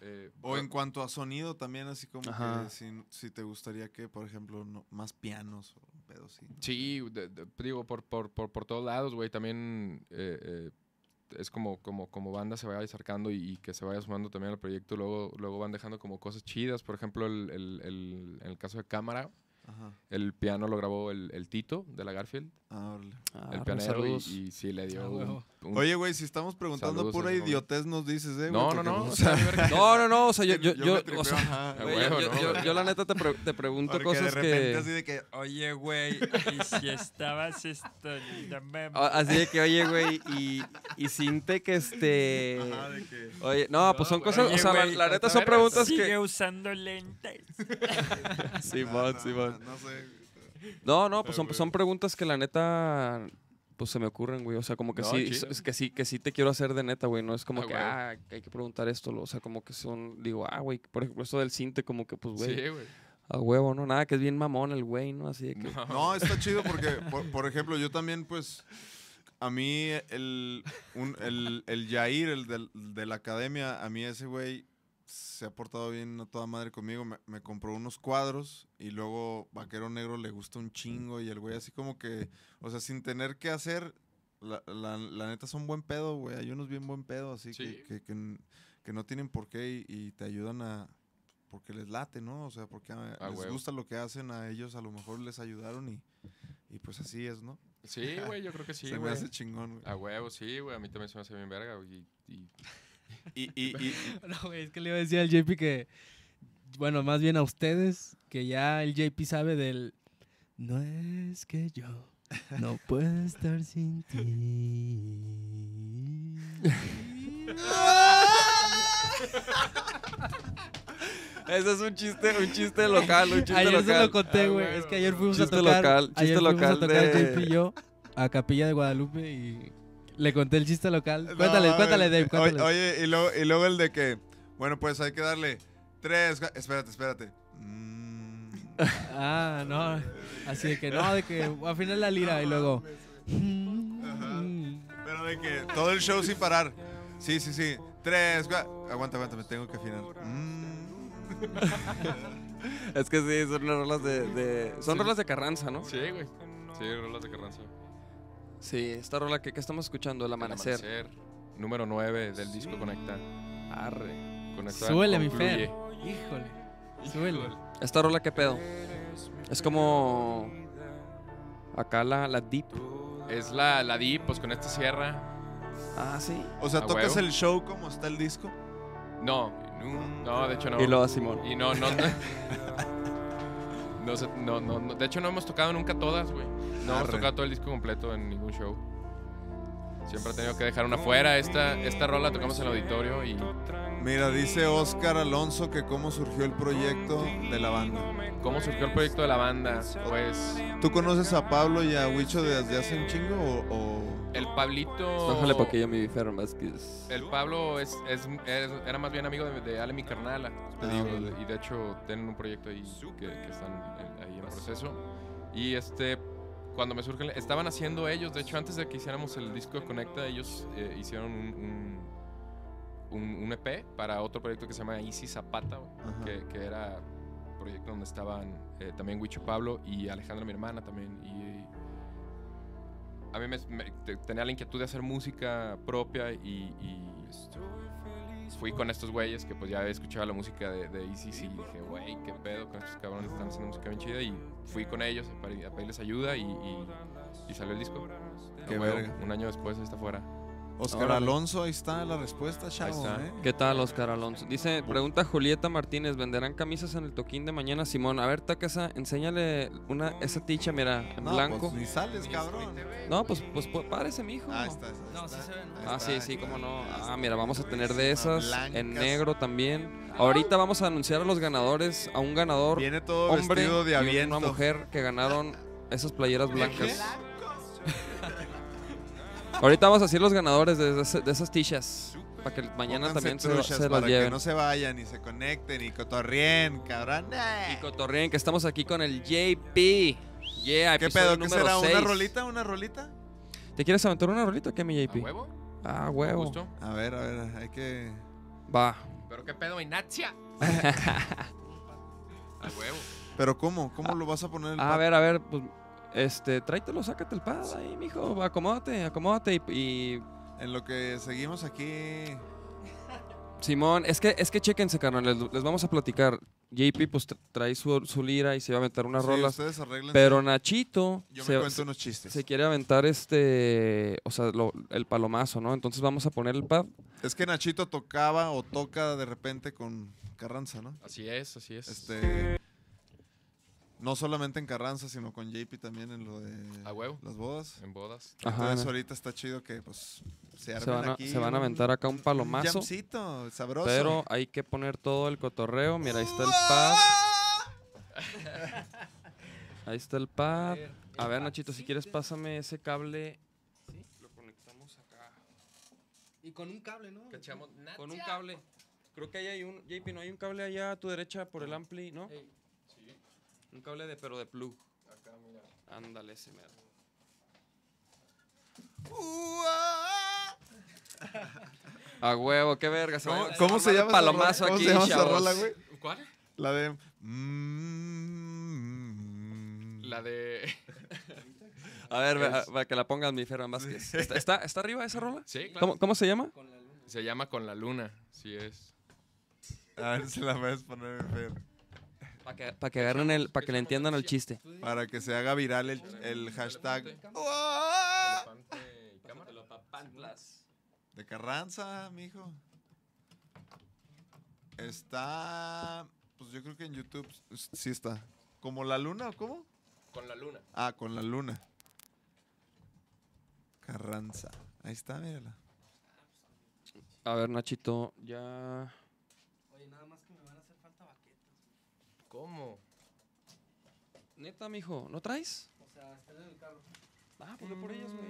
Speaker 5: eh,
Speaker 2: O en
Speaker 5: eh,
Speaker 2: cuanto a sonido también, así como
Speaker 3: Ajá.
Speaker 2: que si, si te gustaría que, por ejemplo, no- más pianos o un pedo así. ¿no?
Speaker 5: Sí, de- de- digo, por, por, por, por todos lados, güey, también eh, eh, es como, como, como banda se vaya acercando y, y que se vaya sumando también al proyecto, luego, luego van dejando como cosas chidas, por ejemplo, el, el, el- en el caso de Cámara,
Speaker 2: Ajá.
Speaker 5: el piano lo grabó el, el Tito de la Garfield,
Speaker 2: Ah, órale.
Speaker 3: Ah,
Speaker 5: el
Speaker 3: re,
Speaker 5: pianero, y,
Speaker 3: saludos.
Speaker 5: y sí le dio
Speaker 4: Ah,
Speaker 5: un-
Speaker 4: huevo.
Speaker 5: un-
Speaker 2: Oye, güey, si estamos preguntando
Speaker 5: Saludos,
Speaker 2: pura
Speaker 5: señor Gómez.
Speaker 2: idiotez, nos dices, ¿eh? güey?
Speaker 5: No, no,
Speaker 2: Porque
Speaker 5: no,
Speaker 2: como-
Speaker 5: o sea,
Speaker 3: No, no, no, o sea, yo,
Speaker 2: yo-
Speaker 3: yo,
Speaker 2: yo
Speaker 3: yo,
Speaker 2: me tripeo,
Speaker 3: o sea,
Speaker 2: ajá.
Speaker 5: A
Speaker 3: güey,
Speaker 5: huevo,
Speaker 3: yo,
Speaker 5: ¿no?
Speaker 3: yo- yo la neta te, pre- te pregunto
Speaker 2: porque de
Speaker 3: cosas
Speaker 2: repente
Speaker 3: que...
Speaker 2: así de que...
Speaker 6: Oye, güey, y si estabas esto, no mames.
Speaker 3: a- Así de que, oye, güey, y, y Sinte que este...
Speaker 2: Ajá, de que...
Speaker 3: Oye, no, pues son
Speaker 5: güey.
Speaker 3: cosas,
Speaker 6: Oye,
Speaker 3: o sea, la,
Speaker 6: güey,
Speaker 3: la neta
Speaker 5: a
Speaker 3: son
Speaker 5: ver,
Speaker 3: preguntas
Speaker 6: Sigue
Speaker 3: que...
Speaker 6: usando lentes.
Speaker 3: Sí,
Speaker 2: Ah, no, No sé.
Speaker 3: No, no, pues son, son preguntas que la neta pues se me ocurren, güey. O sea, como que
Speaker 5: No,
Speaker 3: sí,
Speaker 5: chido.
Speaker 3: es que sí, que sí te quiero hacer de neta, güey. No es como
Speaker 5: Ah,
Speaker 3: que,
Speaker 5: güey.
Speaker 3: ah, que hay que preguntar esto. lo- O sea, como que son, digo, ah, güey, por ejemplo, esto del cinte, como que, pues, güey,
Speaker 5: Sí, güey.
Speaker 3: a huevo, ¿no? Nada, que es bien mamón el güey, ¿no? Así de que.
Speaker 5: No,
Speaker 2: No, está chido porque, por, por ejemplo, yo también, pues, a mí el, un- el, el Yair, el del- de la academia, a mí ese güey se ha portado bien a toda madre conmigo. Me, me compró unos cuadros y luego Vaquero Negro le gusta un chingo y el güey así como que, o sea, sin tener que hacer, la, la- la neta son buen pedo, güey. Hay unos bien buen pedo, así
Speaker 5: Sí.
Speaker 2: que, que, que n- que no tienen por qué y, y te ayudan a... Porque les late, ¿no? O sea, porque a-
Speaker 5: Ah,
Speaker 2: les
Speaker 5: huevo.
Speaker 2: gusta lo que hacen, a ellos a lo mejor les ayudaron y, y pues así es, ¿no?
Speaker 5: Sí, güey, yo creo que sí,
Speaker 2: se me
Speaker 5: güey.
Speaker 2: hace chingón, güey.
Speaker 5: A huevo, sí, güey, a mí también se me hace bien verga, güey. y- y
Speaker 2: Y, y, y,
Speaker 4: No, güey, es que le iba a decir al JP que, bueno, más bien a ustedes, que ya el JP sabe del... No es que yo no puedo estar sin ti.
Speaker 3: Ese es un chiste, un chiste local, un chiste
Speaker 4: Ayer
Speaker 3: local.
Speaker 4: se lo conté,
Speaker 5: Ah,
Speaker 4: güey.
Speaker 5: güey,
Speaker 4: Es que ayer fuimos
Speaker 3: Chiste
Speaker 4: a tocar.
Speaker 3: local,
Speaker 4: ayer
Speaker 3: chiste
Speaker 4: fuimos
Speaker 3: local
Speaker 4: a tocar
Speaker 3: de-
Speaker 4: JP y yo a Capilla de Guadalupe y le conté el chiste local.
Speaker 2: No,
Speaker 4: cuéntale,
Speaker 2: mames.
Speaker 4: cuéntale, Dave,
Speaker 2: Oye-
Speaker 4: cuéntale.
Speaker 2: Oye, y, luego, y luego el de que, bueno, pues hay que darle tres. ga- Espérate, espérate. Mm.
Speaker 4: Ah, no. Así de que no, de que afina la lira y luego.
Speaker 2: Pero de que todo el show sin parar. Sí, sí, sí. Tres. gua- Aguanta, aguanta, me tengo que afinar. Mm.
Speaker 3: Es que sí, son las rolas de. de- son
Speaker 5: Sí.
Speaker 3: rolas de Carranza, ¿no?
Speaker 5: Sí, güey. Sí, rolas de Carranza.
Speaker 3: Sí, esta rola que, que estamos escuchando, El Amanecer.
Speaker 5: El amanecer. Número 9 del disco Conecta.
Speaker 3: Arre.
Speaker 5: Con esta
Speaker 4: Súbele, mi
Speaker 5: concluye.
Speaker 4: Fer. Híjole. Súbele.
Speaker 3: Esta rola, ¿qué pedo? Es como. Acá la, la deep.
Speaker 5: Es la, la di, pues con esta sierra.
Speaker 3: Ah, sí.
Speaker 2: O sea,
Speaker 5: ¿A
Speaker 2: tocas
Speaker 5: huevo?
Speaker 2: el show como está el disco.
Speaker 5: No, no, de hecho no.
Speaker 3: Y luego Simón.
Speaker 5: Y no, no. no. No, se- no, no, no. De hecho, no hemos tocado nunca todas, güey. No hemos
Speaker 2: Arre.
Speaker 5: tocado todo el disco completo en ningún show. Siempre he tenido que dejar una fuera. Esta, esta rola la tocamos en el auditorio y
Speaker 2: Mira, dice Oscar Alonso que cómo surgió el proyecto de la banda.
Speaker 5: cómo surgió el proyecto de la banda. Pues
Speaker 2: ¿Tú conoces a Pablo y a Huicho desde hace un chingo o...? o-
Speaker 5: el Pablito.
Speaker 3: Bájale poquillo a mi Ferro Vázquez.
Speaker 5: El Pablo es, es- es- era más bien amigo de, de Ale, mi carnala. te
Speaker 2: Ah,
Speaker 5: digo,
Speaker 2: órale.
Speaker 5: y de hecho tienen un proyecto ahí que, que están en- ahí en proceso. Y este, cuando me surgen, estaban haciendo ellos, de hecho antes de que hiciéramos el disco de Conecta, ellos eh, hicieron un, un, un- un EP para otro proyecto que se llama Easy Zapata, güey,
Speaker 2: Ajá.
Speaker 5: que, que era un proyecto donde estaban eh, también Huicho Pablo y Alejandra, mi hermana también. Y, a mí me, me- te- tenía la inquietud de hacer música propia y, y este, fui con estos güeyes que pues ya había escuchado la música de, de ICC y dije, güey, qué pedo con estos cabrones, están haciendo música bien chida y fui con ellos a, pedi- a pedirles ayuda y, y- y salió el disco. A
Speaker 2: Qué
Speaker 5: huevo,
Speaker 2: verga.
Speaker 5: Un año después ahí está fuera.
Speaker 2: Oscar
Speaker 3: Órale.
Speaker 2: Alonso, ahí está la respuesta, chavo.
Speaker 5: está.
Speaker 2: ¿eh?
Speaker 3: ¿Qué tal, Oscar Alonso? Dice, pregunta Julieta Martínez, ¿venderán camisas en el toquín de mañana, Simón? A ver, Taquesa, enséñale una, esa ticha, mira, en
Speaker 2: No,
Speaker 3: blanco.
Speaker 2: pues ni sales, cabrón.
Speaker 3: no, pues, pues, pues, párese, mijo.
Speaker 2: Ah, ahí está, ahí está,
Speaker 4: ¿eh? No,
Speaker 2: ahí
Speaker 4: sí
Speaker 2: está.
Speaker 4: se ve, ¿no?
Speaker 2: Ahí
Speaker 3: Ah,
Speaker 2: está,
Speaker 3: sí,
Speaker 2: ahí
Speaker 3: sí,
Speaker 2: está.
Speaker 3: cómo no.
Speaker 2: Ahí
Speaker 3: Ah,
Speaker 2: está.
Speaker 3: mira, vamos a tener de
Speaker 2: Buenísima,
Speaker 3: esas en
Speaker 2: blancas.
Speaker 3: negro también. Ahorita vamos a anunciar a los ganadores, a un ganador
Speaker 2: Viene todo
Speaker 3: hombre
Speaker 2: vestido de
Speaker 3: y
Speaker 2: aviento.
Speaker 3: una mujer que ganaron esas playeras blancas. Ahorita vamos a decir los ganadores de, esas- de esas tichas, para que mañana
Speaker 2: Pónganse
Speaker 3: también se,
Speaker 2: truchas
Speaker 3: se las
Speaker 2: para que
Speaker 3: lleven.
Speaker 2: no se vayan y se conecten y cotorrien, cabrón. Eh.
Speaker 3: Cotorrien, que estamos aquí con el JP. Yeah,
Speaker 2: ¿Qué
Speaker 3: episodio
Speaker 2: pedo? ¿Qué
Speaker 3: número
Speaker 2: será? ¿Una
Speaker 3: seis.
Speaker 2: rolita? ¿Una rolita?
Speaker 3: ¿Te quieres aventar una rolita o qué, mi
Speaker 5: ¿A
Speaker 3: JP?
Speaker 5: huevo?
Speaker 3: Ah,
Speaker 5: ¿A
Speaker 3: huevo.
Speaker 5: gusto?
Speaker 2: A ver, a ver, hay que.
Speaker 3: Va.
Speaker 5: ¿Pero qué pedo, Inatzia? a huevo.
Speaker 2: Pero ¿cómo?
Speaker 3: Ah.
Speaker 2: ¿Cómo lo vas a poner? el
Speaker 3: A
Speaker 2: pa-
Speaker 3: ver, a ver, pues, este, tráetelo, sácate el pad ahí, mijo. Acomódate, acomódate y- y
Speaker 2: En lo que seguimos aquí.
Speaker 3: Simón, es que, es que chéquense, carnal, les, les vamos a platicar. JP pues tra- trae su, su lira y se va a aventar unas
Speaker 2: Sí,
Speaker 3: rolas.
Speaker 2: ustedes arreglen.
Speaker 3: Pero Nachito
Speaker 2: Yo me
Speaker 3: se,
Speaker 2: cuento
Speaker 3: se-
Speaker 2: unos chistes.
Speaker 3: se quiere aventar este, o sea, lo- el palomazo, ¿no? Entonces vamos a poner el pad.
Speaker 2: Es que Nachito tocaba o toca de repente con Carranza, ¿no?
Speaker 5: Así es, así es.
Speaker 2: Este. No solamente en Carranza, sino con JP también en lo de
Speaker 5: A huevo.
Speaker 2: las bodas.
Speaker 5: En bodas.
Speaker 3: Ajá.
Speaker 2: Entonces ahorita está chido que pues se
Speaker 3: Se
Speaker 2: armen
Speaker 3: van, a,
Speaker 2: aquí
Speaker 3: se van a
Speaker 2: un-
Speaker 3: aventar acá un
Speaker 2: un
Speaker 3: palomazo.
Speaker 2: jamcito sabroso.
Speaker 3: Pero hay que poner todo el cotorreo. Mira, ahí está el pad. Ahí está el pad. A ver, Nachito, si quieres, pásame ese cable. Lo conectamos acá.
Speaker 4: Y con un cable, ¿no?
Speaker 3: Con un cable. Creo que ahí hay un. JP, ¿no hay un cable allá a tu derecha por el ampli, no? Sí. Un cable de, pero de plug. Acá, mira. Ándale, ese mero. A huevo, qué verga. se va
Speaker 2: ¿Cómo,
Speaker 3: a-
Speaker 2: cómo se
Speaker 3: va a
Speaker 2: llama esa rola?
Speaker 3: Palomazo
Speaker 2: ¿Cómo
Speaker 3: aquí,
Speaker 2: se llama esa
Speaker 3: chavos.
Speaker 2: rola, güey?
Speaker 5: ¿Cuál?
Speaker 2: La de Mm,
Speaker 5: La de...
Speaker 3: A ver, va- para que la pongas mi Ferran Vázquez. ¿Está, está, está arriba esa rola?
Speaker 5: Sí, claro.
Speaker 3: ¿Cómo, cómo se llama?
Speaker 5: Se llama Con la Luna, sí es.
Speaker 2: A ver si la puedes poner Fer,
Speaker 3: Para que, pa' que agarren el, para que le entiendan el chiste.
Speaker 2: Para que se haga viral el, el hashtag ¡Oh! de Carranza, mijo. Está. Pues yo creo que en YouTube s- sí está. ¿Como la luna o cómo?
Speaker 5: Con la Luna.
Speaker 2: Ah, con la luna. Carranza. Ahí está, mírala.
Speaker 3: A ver, Nachito, ya.
Speaker 4: Oye, nada más que me van a hacer falta baquetas.
Speaker 5: ¿Cómo?
Speaker 3: Neta, mijo, ¿no traes?
Speaker 4: O sea, están en el carro.
Speaker 3: Ah, pues ve por ellas, güey.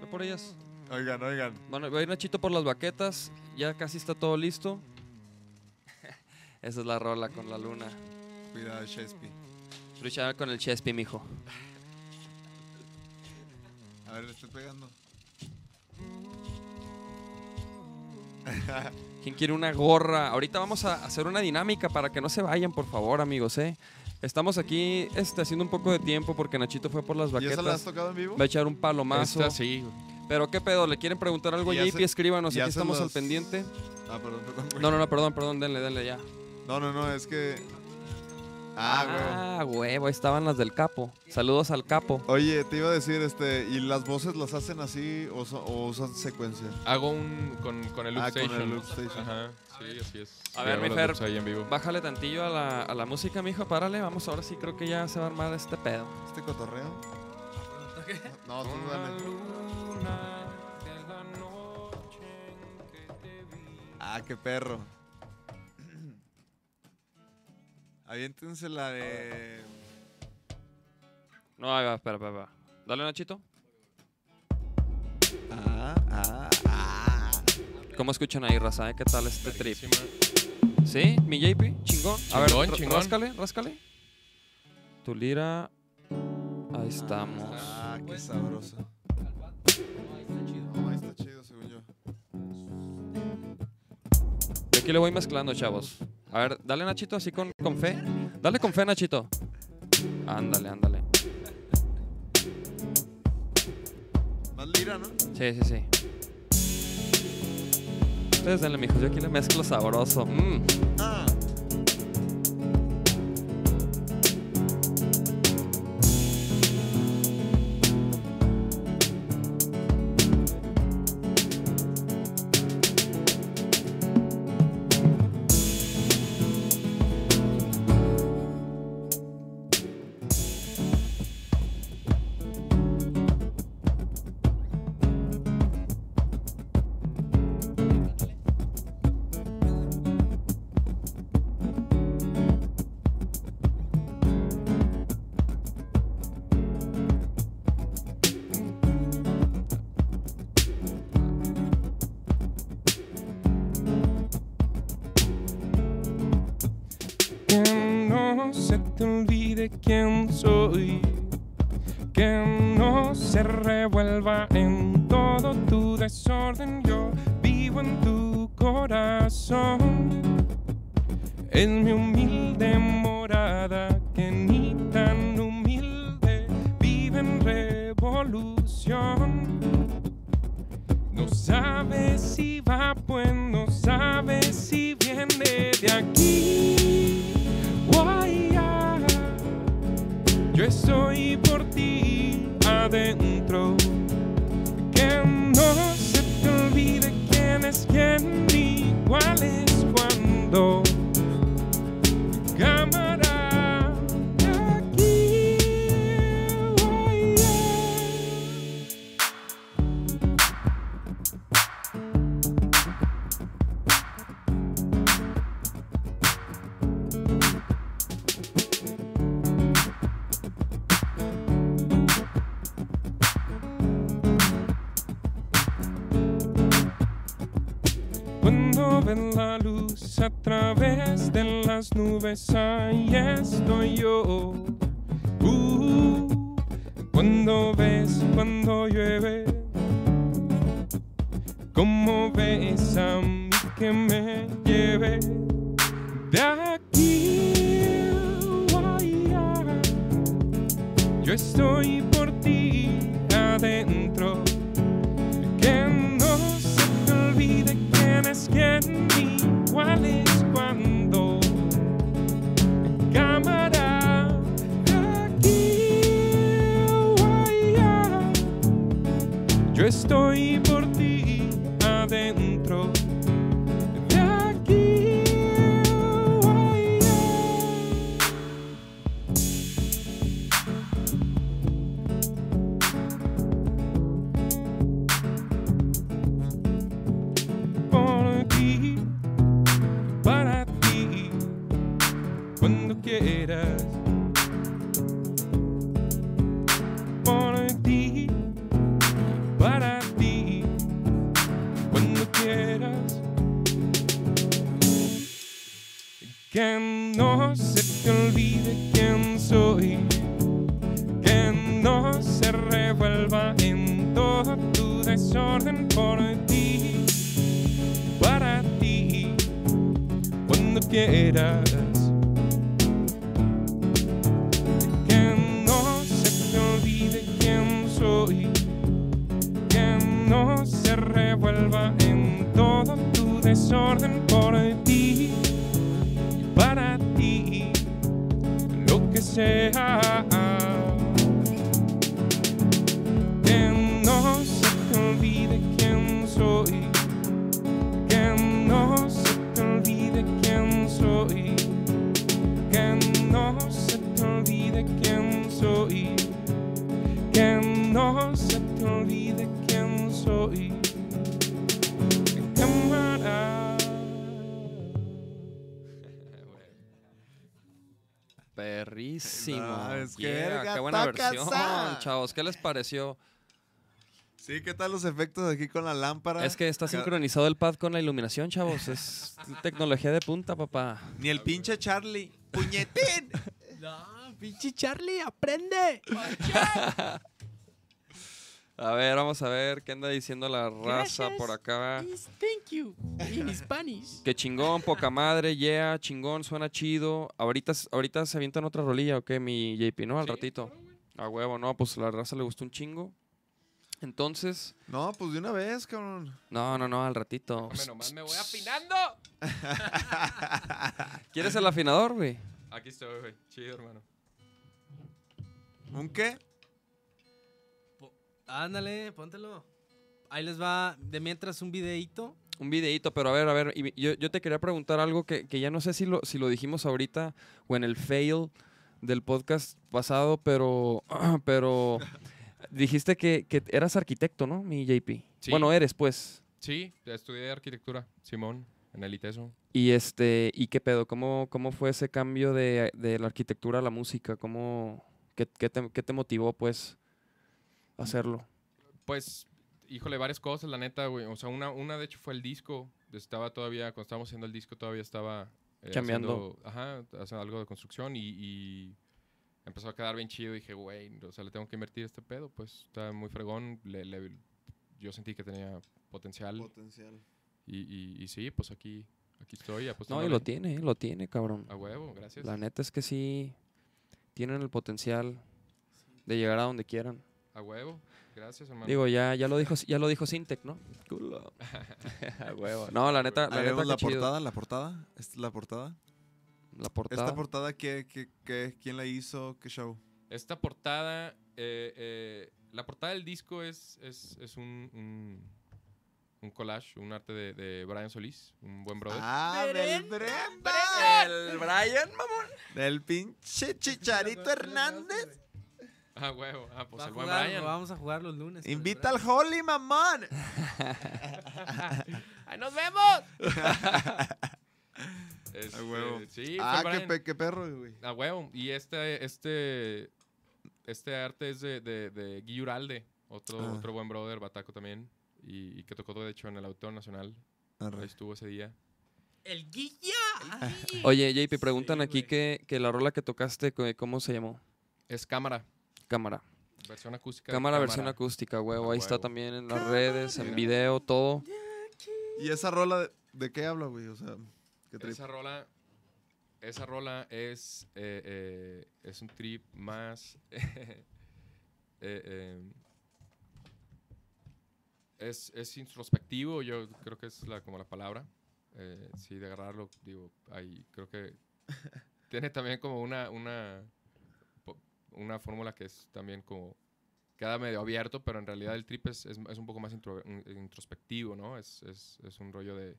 Speaker 3: Ve por ellas.
Speaker 2: Oigan, oigan.
Speaker 3: Bueno, voy a ir Nachito por las baquetas. Ya casi está todo listo. Esa es la rola con la luna.
Speaker 2: Cuidado, Shakespeare.
Speaker 3: Luchar con el Chespi, mijo.
Speaker 2: A ver, le estoy pegando.
Speaker 3: ¿Quién quiere una gorra? Ahorita vamos a hacer una dinámica para que no se vayan, por favor, amigos, ¿eh? Estamos aquí este, haciendo un poco de tiempo porque Nachito fue por las
Speaker 2: ¿Y esa la has
Speaker 3: baquetas.
Speaker 2: tocado en vivo?
Speaker 3: Va a echar un palomazo.
Speaker 5: Esta sí, güey.
Speaker 3: Pero qué pedo, ¿le quieren preguntar algo a
Speaker 2: Y
Speaker 3: JP?
Speaker 2: hace-
Speaker 3: Escríbanos,
Speaker 2: y
Speaker 3: aquí
Speaker 2: hace
Speaker 3: estamos al
Speaker 2: las-
Speaker 3: pendiente.
Speaker 2: Ah, perdón, perdón. güey.
Speaker 3: No, no, no, perdón, perdón, denle, denle ya.
Speaker 2: No, no, no, es que. Ah, güey.
Speaker 3: Ah, huevo, ahí estaban las del capo. Saludos al capo.
Speaker 2: Oye, te iba a decir, este, ¿y las voces las hacen así o, so- o usan secuencia?
Speaker 5: Hago un con, con el loop
Speaker 2: Ah, con el
Speaker 5: station.
Speaker 2: loop station.
Speaker 5: Ajá, sí, así es.
Speaker 3: A ver,
Speaker 5: Hago
Speaker 3: mi
Speaker 5: los
Speaker 3: Fer.
Speaker 5: loops ahí en vivo.
Speaker 3: Bájale tantillo a la, a la música, mijo, párale. Vamos, ahora sí creo que ya se va a armar este pedo.
Speaker 2: ¿Este cotorreo? No, tú dale. Ah, qué perro. Aviéntense la de.
Speaker 3: No, ahí va, espera, espera, espera. Dale, Nachito.
Speaker 2: Ah, ah, ah.
Speaker 3: ¿Cómo escuchan ahí, raza? eh? ¿Qué tal este trip?
Speaker 5: Verguísima.
Speaker 3: ¿Sí? ¿Mi JP? Chingón. A ver,
Speaker 5: Chingón,
Speaker 3: ra-
Speaker 5: chingón.
Speaker 3: ráscale, ráscale. Tu lira. Ahí estamos.
Speaker 2: Ah, qué sabroso. No, ahí está chido, según yo.
Speaker 3: Yo aquí le voy mezclando, chavos. A ver, dale, Nachito, así con, con fe. Dale con fe, Nachito. Ándale, ándale.
Speaker 2: Más lira, ¿no?
Speaker 3: Sí, sí, sí. Ustedes denle, mijo. Yo aquí le mezclo sabroso. Mm.
Speaker 2: Ah.
Speaker 5: Que no se te olvide quién soy. Que no se revuelva en todo tu desorden. Yo vivo en tu corazón. Es mi humilde morada, que ni tan humilde vive en revolución. No sabes si va pues, no sabes si viene de aquí o allá. Yo estoy por ti adentro. Que no se te olvide quién es quién ni cuál es cuándo. Cámara de aquí o allá. Cuando ven la luz a través de las nubes, ahí estoy yo. Uh, cuando ves cuando llueve, como ves a mí que me lleve de aquí o allá. Yo estoy por ti adentro. Que no se te olvide quién es quién ni cuál es cuándo. Cámara aquí o allá. Yo estoy por ti adentro. De aquí o allá. por ti, para ti, cuando quieras. Por ti, para ti, cuando quieras. Que no se te olvide quién soy. Que no se revuelva en todo tu desorden por ti para ti,
Speaker 7: quieras. Que no se te olvide quién soy. Que no se revuelva en todo tu desorden por ti y para ti. Lo que sea que no se te olvide quién soy, que no se te olvide quién soy, que no se te olvide quién soy, que no se te olvide quién soy. Cámara.
Speaker 3: Perrísimo.
Speaker 2: No, es que verga,
Speaker 3: qué buena
Speaker 2: está
Speaker 3: versión,
Speaker 2: casada.
Speaker 3: chavos. ¿Qué les pareció?
Speaker 2: Sí, ¿qué tal los efectos aquí con la lámpara?
Speaker 3: Es que está
Speaker 2: Ca-
Speaker 3: sincronizado el pad con la iluminación, chavos. Es tecnología de punta, papá.
Speaker 2: Ni el pinche Charlie. ¡Puñetín!
Speaker 4: No, pinche Charlie, aprende.
Speaker 3: Ah. A ver, vamos a ver qué anda diciendo la raza por acá.
Speaker 4: Thank you. In Spanish.
Speaker 3: Que chingón, poca madre, yeah, chingón, suena chido. Ahorita, s- ahorita se avientan otra rolilla, ¿o qué, mi JP, no? Al ratito. A huevo, no, pues la raza le gustó un chingo. Entonces,
Speaker 2: No, pues de una vez, cabrón.
Speaker 3: no, no, no, al ratito.
Speaker 5: Déjame nomás, me voy afinando.
Speaker 3: ¿Quieres el afinador, güey?
Speaker 5: Aquí estoy, güey. Chido, hermano.
Speaker 2: ¿Un qué?
Speaker 4: Ándale, póntelo. Ahí les va de mientras un videíto.
Speaker 3: Un videíto, pero a ver, a ver, y mi- yo, yo te quería preguntar algo que, que ya no sé si lo, si lo dijimos ahorita o en el fail del podcast pasado, pero, pero dijiste que, que eras arquitecto, ¿no? Mi JP.
Speaker 5: Sí.
Speaker 3: Bueno, eres pues.
Speaker 5: Sí, estudié arquitectura, Simón, en el ITESO.
Speaker 3: Y este, ¿y qué pedo? ¿Cómo, cómo fue ese cambio de, de la arquitectura a la música? ¿Cómo, qué, qué te, qué te motivó pues a hacerlo?
Speaker 5: Pues, híjole, varias cosas, la neta, güey. O sea, una, una de hecho fue el disco. Estaba todavía, cuando estábamos haciendo el disco, todavía estaba... eh,
Speaker 3: Chambeando.
Speaker 5: haciendo- ajá, haciendo algo de construcción y, y empezó a quedar bien chido. Dije, güey, o sea, le tengo que invertir a este pedo. Pues, está muy fregón. Le- le- yo sentí que tenía potencial.
Speaker 2: Potencial.
Speaker 5: y, y- y sí, pues aquí, aquí estoy.
Speaker 3: No,
Speaker 5: apostándole.
Speaker 3: y lo tiene, eh, lo tiene, cabrón.
Speaker 5: A huevo, gracias.
Speaker 3: La neta es que sí tienen el potencial de llegar a donde quieran.
Speaker 5: A huevo, gracias, hermano.
Speaker 3: Digo, ya, ya lo dijo, ya lo dijo Sintec, ¿no? Culo. A huevo. No, la neta, la
Speaker 2: Ahí
Speaker 3: neta
Speaker 2: vemos
Speaker 3: qué
Speaker 2: la
Speaker 3: chido.
Speaker 2: portada, la portada. Esta es la portada.
Speaker 3: La portada.
Speaker 2: Esta portada, ¿qué, qué, qué, ¿quién la hizo? ¿Qué show?
Speaker 5: Esta portada, eh, eh, la portada del disco es, es, es un, un, un collage, un arte de, de Brian Solís, un buen brother.
Speaker 2: Ah, del Brendan.
Speaker 3: El Brian,
Speaker 2: Del pinche Chicharito Hernández.
Speaker 5: Ah, huevo, ah, pues
Speaker 4: Va a
Speaker 5: el buen
Speaker 4: jugar,
Speaker 5: Brian.
Speaker 4: lo Vamos a jugar los lunes. con el
Speaker 2: Invita al
Speaker 4: Brian.
Speaker 2: Holly, mamón.
Speaker 5: ¡Ahí nos vemos! Este,
Speaker 2: A huevo.
Speaker 5: Sí,
Speaker 2: ah,
Speaker 5: fue el
Speaker 2: qué,
Speaker 5: Brian.
Speaker 2: pe- qué perro, güey.
Speaker 5: A huevo. Y este, este, este arte es de, de, de Guy Uralde, otro,
Speaker 2: Ah.
Speaker 5: otro buen brother, Bataco también, y, y que tocó, de hecho, en el Autor Nacional. Ahí
Speaker 2: Arre.
Speaker 5: estuvo ese día.
Speaker 4: El Guilla.
Speaker 3: Oye, JP, preguntan
Speaker 4: Sí,
Speaker 3: aquí
Speaker 4: güey.
Speaker 3: que, que la rola que tocaste, que- ¿cómo se llamó?
Speaker 5: Es cámara,
Speaker 3: Cámara.
Speaker 5: versión acústica. de
Speaker 3: Cámara, versión acústica, huevo.
Speaker 5: A
Speaker 3: Ahí está
Speaker 5: huevo.
Speaker 3: también en las redes, en video, todo.
Speaker 2: ¿Y esa rola de, de qué habla, güey? O sea, ¿qué trip?
Speaker 5: Esa rola, esa rola es, eh, eh, es un trip más... eh, eh, es, es introspectivo, yo creo que es la, como la palabra. Eh, sí, de agarrarlo, digo, ahí creo que tiene también como una, una, po- una fórmula que es también como queda medio abierto, pero en realidad el trip es, es- es un poco más intro- introspectivo, ¿no? Es, es- es un rollo de,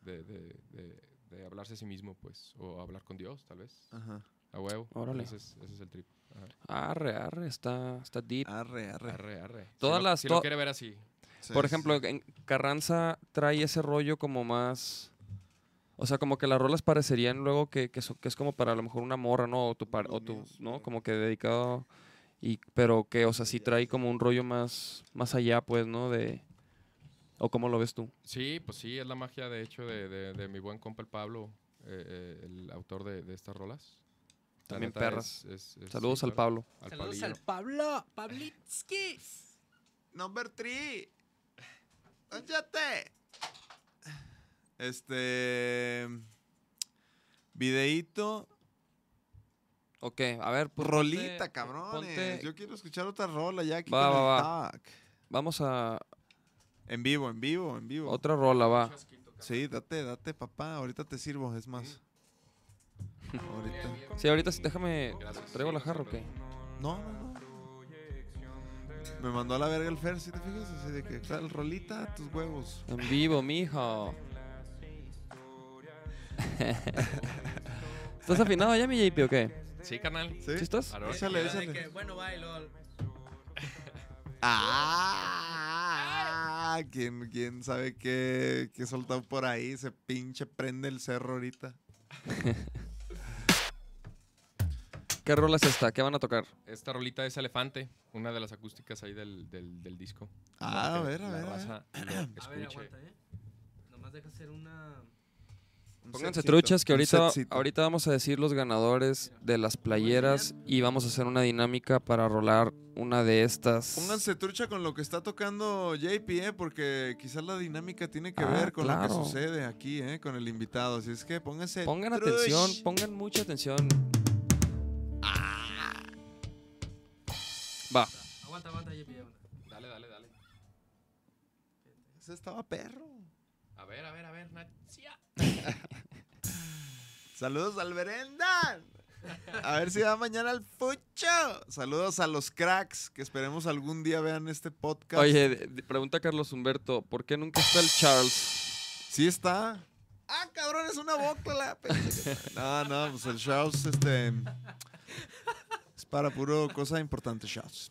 Speaker 5: de, de- de- de hablarse a sí mismo, pues, o hablar con Dios, tal vez,
Speaker 2: Ajá.
Speaker 5: a huevo.
Speaker 3: Órale.
Speaker 5: Ese es, ese es el trip. Ajá.
Speaker 3: Arre, arre, está, está deep.
Speaker 2: Arre, arre.
Speaker 5: Arre, arre. Si
Speaker 3: Todas
Speaker 5: lo-
Speaker 3: las-
Speaker 5: Si
Speaker 3: to-
Speaker 5: lo quiere ver así.
Speaker 2: Sí,
Speaker 3: Por
Speaker 2: sí,
Speaker 3: ejemplo,
Speaker 2: sí.
Speaker 3: en Carranza trae ese rollo como más. O sea, como que las rolas parecerían luego que, que, so- que es como para a lo mejor una morra, ¿no? O tu, par- o tu ¿no? Como que dedicado. Y, pero que, o sea, sí trae como un rollo más, más allá, pues, ¿no? De. ¿O cómo lo ves tú?
Speaker 5: Sí, pues sí, es la magia de hecho de, de- de mi buen compa el Pablo, eh, eh, el autor de, de estas rolas. La
Speaker 3: También
Speaker 5: neta
Speaker 3: perras.
Speaker 5: es-
Speaker 2: Pues
Speaker 5: es- es-
Speaker 3: Saludos
Speaker 5: sí,
Speaker 3: al
Speaker 5: claro,
Speaker 3: Pablo.
Speaker 5: al
Speaker 4: Saludos
Speaker 5: Pablillo.
Speaker 4: al Pablo. Pablitsky.
Speaker 2: Number 3. Óyate. Este. Videíto,
Speaker 3: Ok, a ver. pues,
Speaker 2: rolita,
Speaker 3: ponte-
Speaker 2: cabrones.
Speaker 3: ponte-
Speaker 2: Yo quiero escuchar otra rola ya aquí
Speaker 3: Va,
Speaker 2: con
Speaker 3: va,
Speaker 2: el
Speaker 3: va.
Speaker 2: TAC.
Speaker 3: Vamos a
Speaker 2: En vivo, en vivo, en vivo.
Speaker 3: otra rola, va.
Speaker 2: Sí, date, date, papá. Ahorita te sirvo, es más. Ahorita.
Speaker 3: Sí, ahorita sí, déjame. ¿Traigo la jarra o qué?
Speaker 2: No, no, no. Me mandó a la verga el Fer, si te fijas, así de que, claro, rolita, a tus huevos.
Speaker 3: En vivo, mijo. ¿Estás afinado ya, mi JP, o qué?
Speaker 5: Sí, carnal.
Speaker 2: ¿Sí?
Speaker 3: ¿Sí estás?
Speaker 5: Ahora-
Speaker 2: Échale, échale.
Speaker 4: bueno, bailo.
Speaker 2: Ah, ¿quién, quién sabe qué, qué soltado por ahí? Se pinche prende el cerro ahorita.
Speaker 3: ¿Qué rola es esta? ¿Qué van a tocar?
Speaker 5: Esta rolita es Elefante, una de las acústicas ahí del, del, del disco.
Speaker 2: Ah, a
Speaker 5: Que
Speaker 2: ver, a
Speaker 5: la
Speaker 2: ver. a ver.
Speaker 5: raza lo
Speaker 4: A ver,
Speaker 5: escuche.
Speaker 4: aguanta, ¿eh? Nomás deja hacer una...
Speaker 2: Un
Speaker 3: Pónganse
Speaker 2: setcito,
Speaker 3: truchas que
Speaker 2: un
Speaker 3: ahorita,
Speaker 2: setcito.
Speaker 3: ahorita vamos a decir los ganadores de las playeras y vamos a hacer una dinámica para rolar una de estas.
Speaker 2: Pónganse trucha con lo que está tocando JP, ¿eh? porque quizás la dinámica tiene que
Speaker 3: Ah,
Speaker 2: ver con lo
Speaker 3: claro.
Speaker 2: que sucede aquí, ¿eh? con el invitado. Así es que pónganse.
Speaker 3: Pongan
Speaker 2: truch.
Speaker 3: atención, pongan mucha atención. Va.
Speaker 4: Aguanta, aguanta, JP, aguanta.
Speaker 5: Dale, dale, dale.
Speaker 2: Ese estaba perro.
Speaker 5: A ver, a ver, a ver, Natia.
Speaker 2: Saludos al Berendan. A ver si va mañana al Fucho. Saludos a los cracks que esperemos algún día vean este podcast.
Speaker 3: Oye, de- de- pregunta Carlos Humberto, ¿por qué nunca está el Charles?
Speaker 2: Sí está. Ah, cabrón, es una bócola. Pensé que- no, no, pues el Charles, este. Es para puro cosa importante, Charles.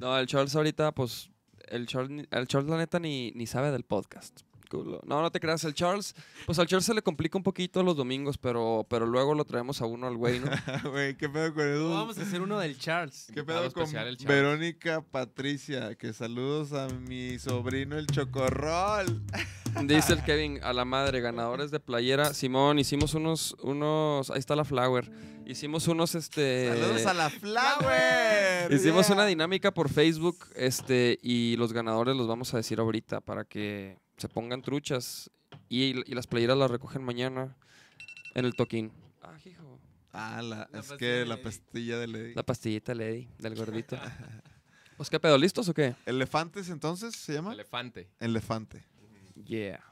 Speaker 3: No, el Charles ahorita, pues, el Charles, ni- el Charles la neta ni, ni sabe del podcast. Culo. No, no te creas, el Charles, pues al Charles se le complica un poquito los domingos, pero, pero luego lo traemos a uno al güey, ¿no?
Speaker 2: Güey, qué pedo con Edu.
Speaker 4: Vamos a hacer uno del Charles.
Speaker 2: ¿Qué
Speaker 5: Invitado
Speaker 2: pedo con
Speaker 5: especial, el Charles.
Speaker 2: Verónica Patricia? Que saludos a mi sobrino el Chocorrol.
Speaker 3: Dice el Kevin, a la madre, ganadores de playera. Simón, hicimos unos, unos, ahí está la flower. Hicimos unos, este...
Speaker 2: Saludos a la Flower.
Speaker 3: Hicimos
Speaker 2: yeah.
Speaker 3: una dinámica por Facebook, este, y los ganadores los vamos a decir ahorita para que se pongan truchas y, y las playeras las recogen mañana en el toquín. Ah, hijo.
Speaker 2: Ah, la-
Speaker 4: La
Speaker 2: es
Speaker 4: pastilla
Speaker 2: que
Speaker 4: de
Speaker 2: la
Speaker 4: Lady.
Speaker 2: pastilla de Lady.
Speaker 3: La pastillita Lady del gordito. pues qué pedo, ¿listos o qué?
Speaker 2: ¿Elefantes entonces se llama?
Speaker 5: Elefante.
Speaker 2: Elefante.
Speaker 3: Yeah.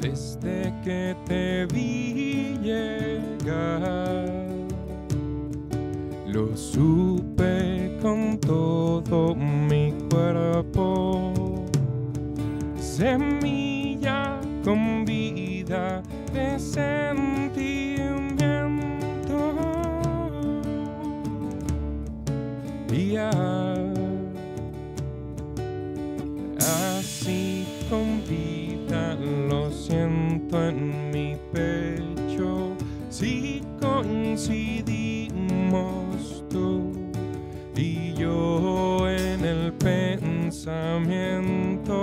Speaker 7: Desde que te vi llegar, lo supe con todo mi cuerpo. Semilla con vida de sentimiento. Y ah, Así con vida lo siento en mi pecho. Si coincidimos tú y yo en el pensamiento.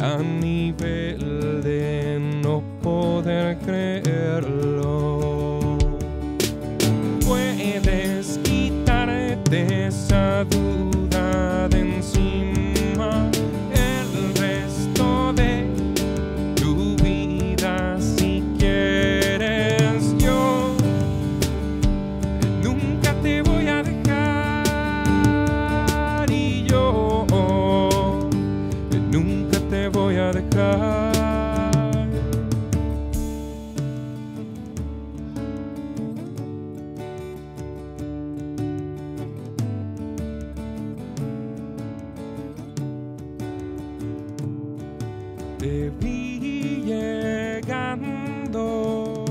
Speaker 7: A nivel de no poder creerlo puedes quitarte esa duda de encima. El resto de tu vida, si quieres, yo nunca te voy a dejar. Y yo nunca te voy a dejar. te vi llegando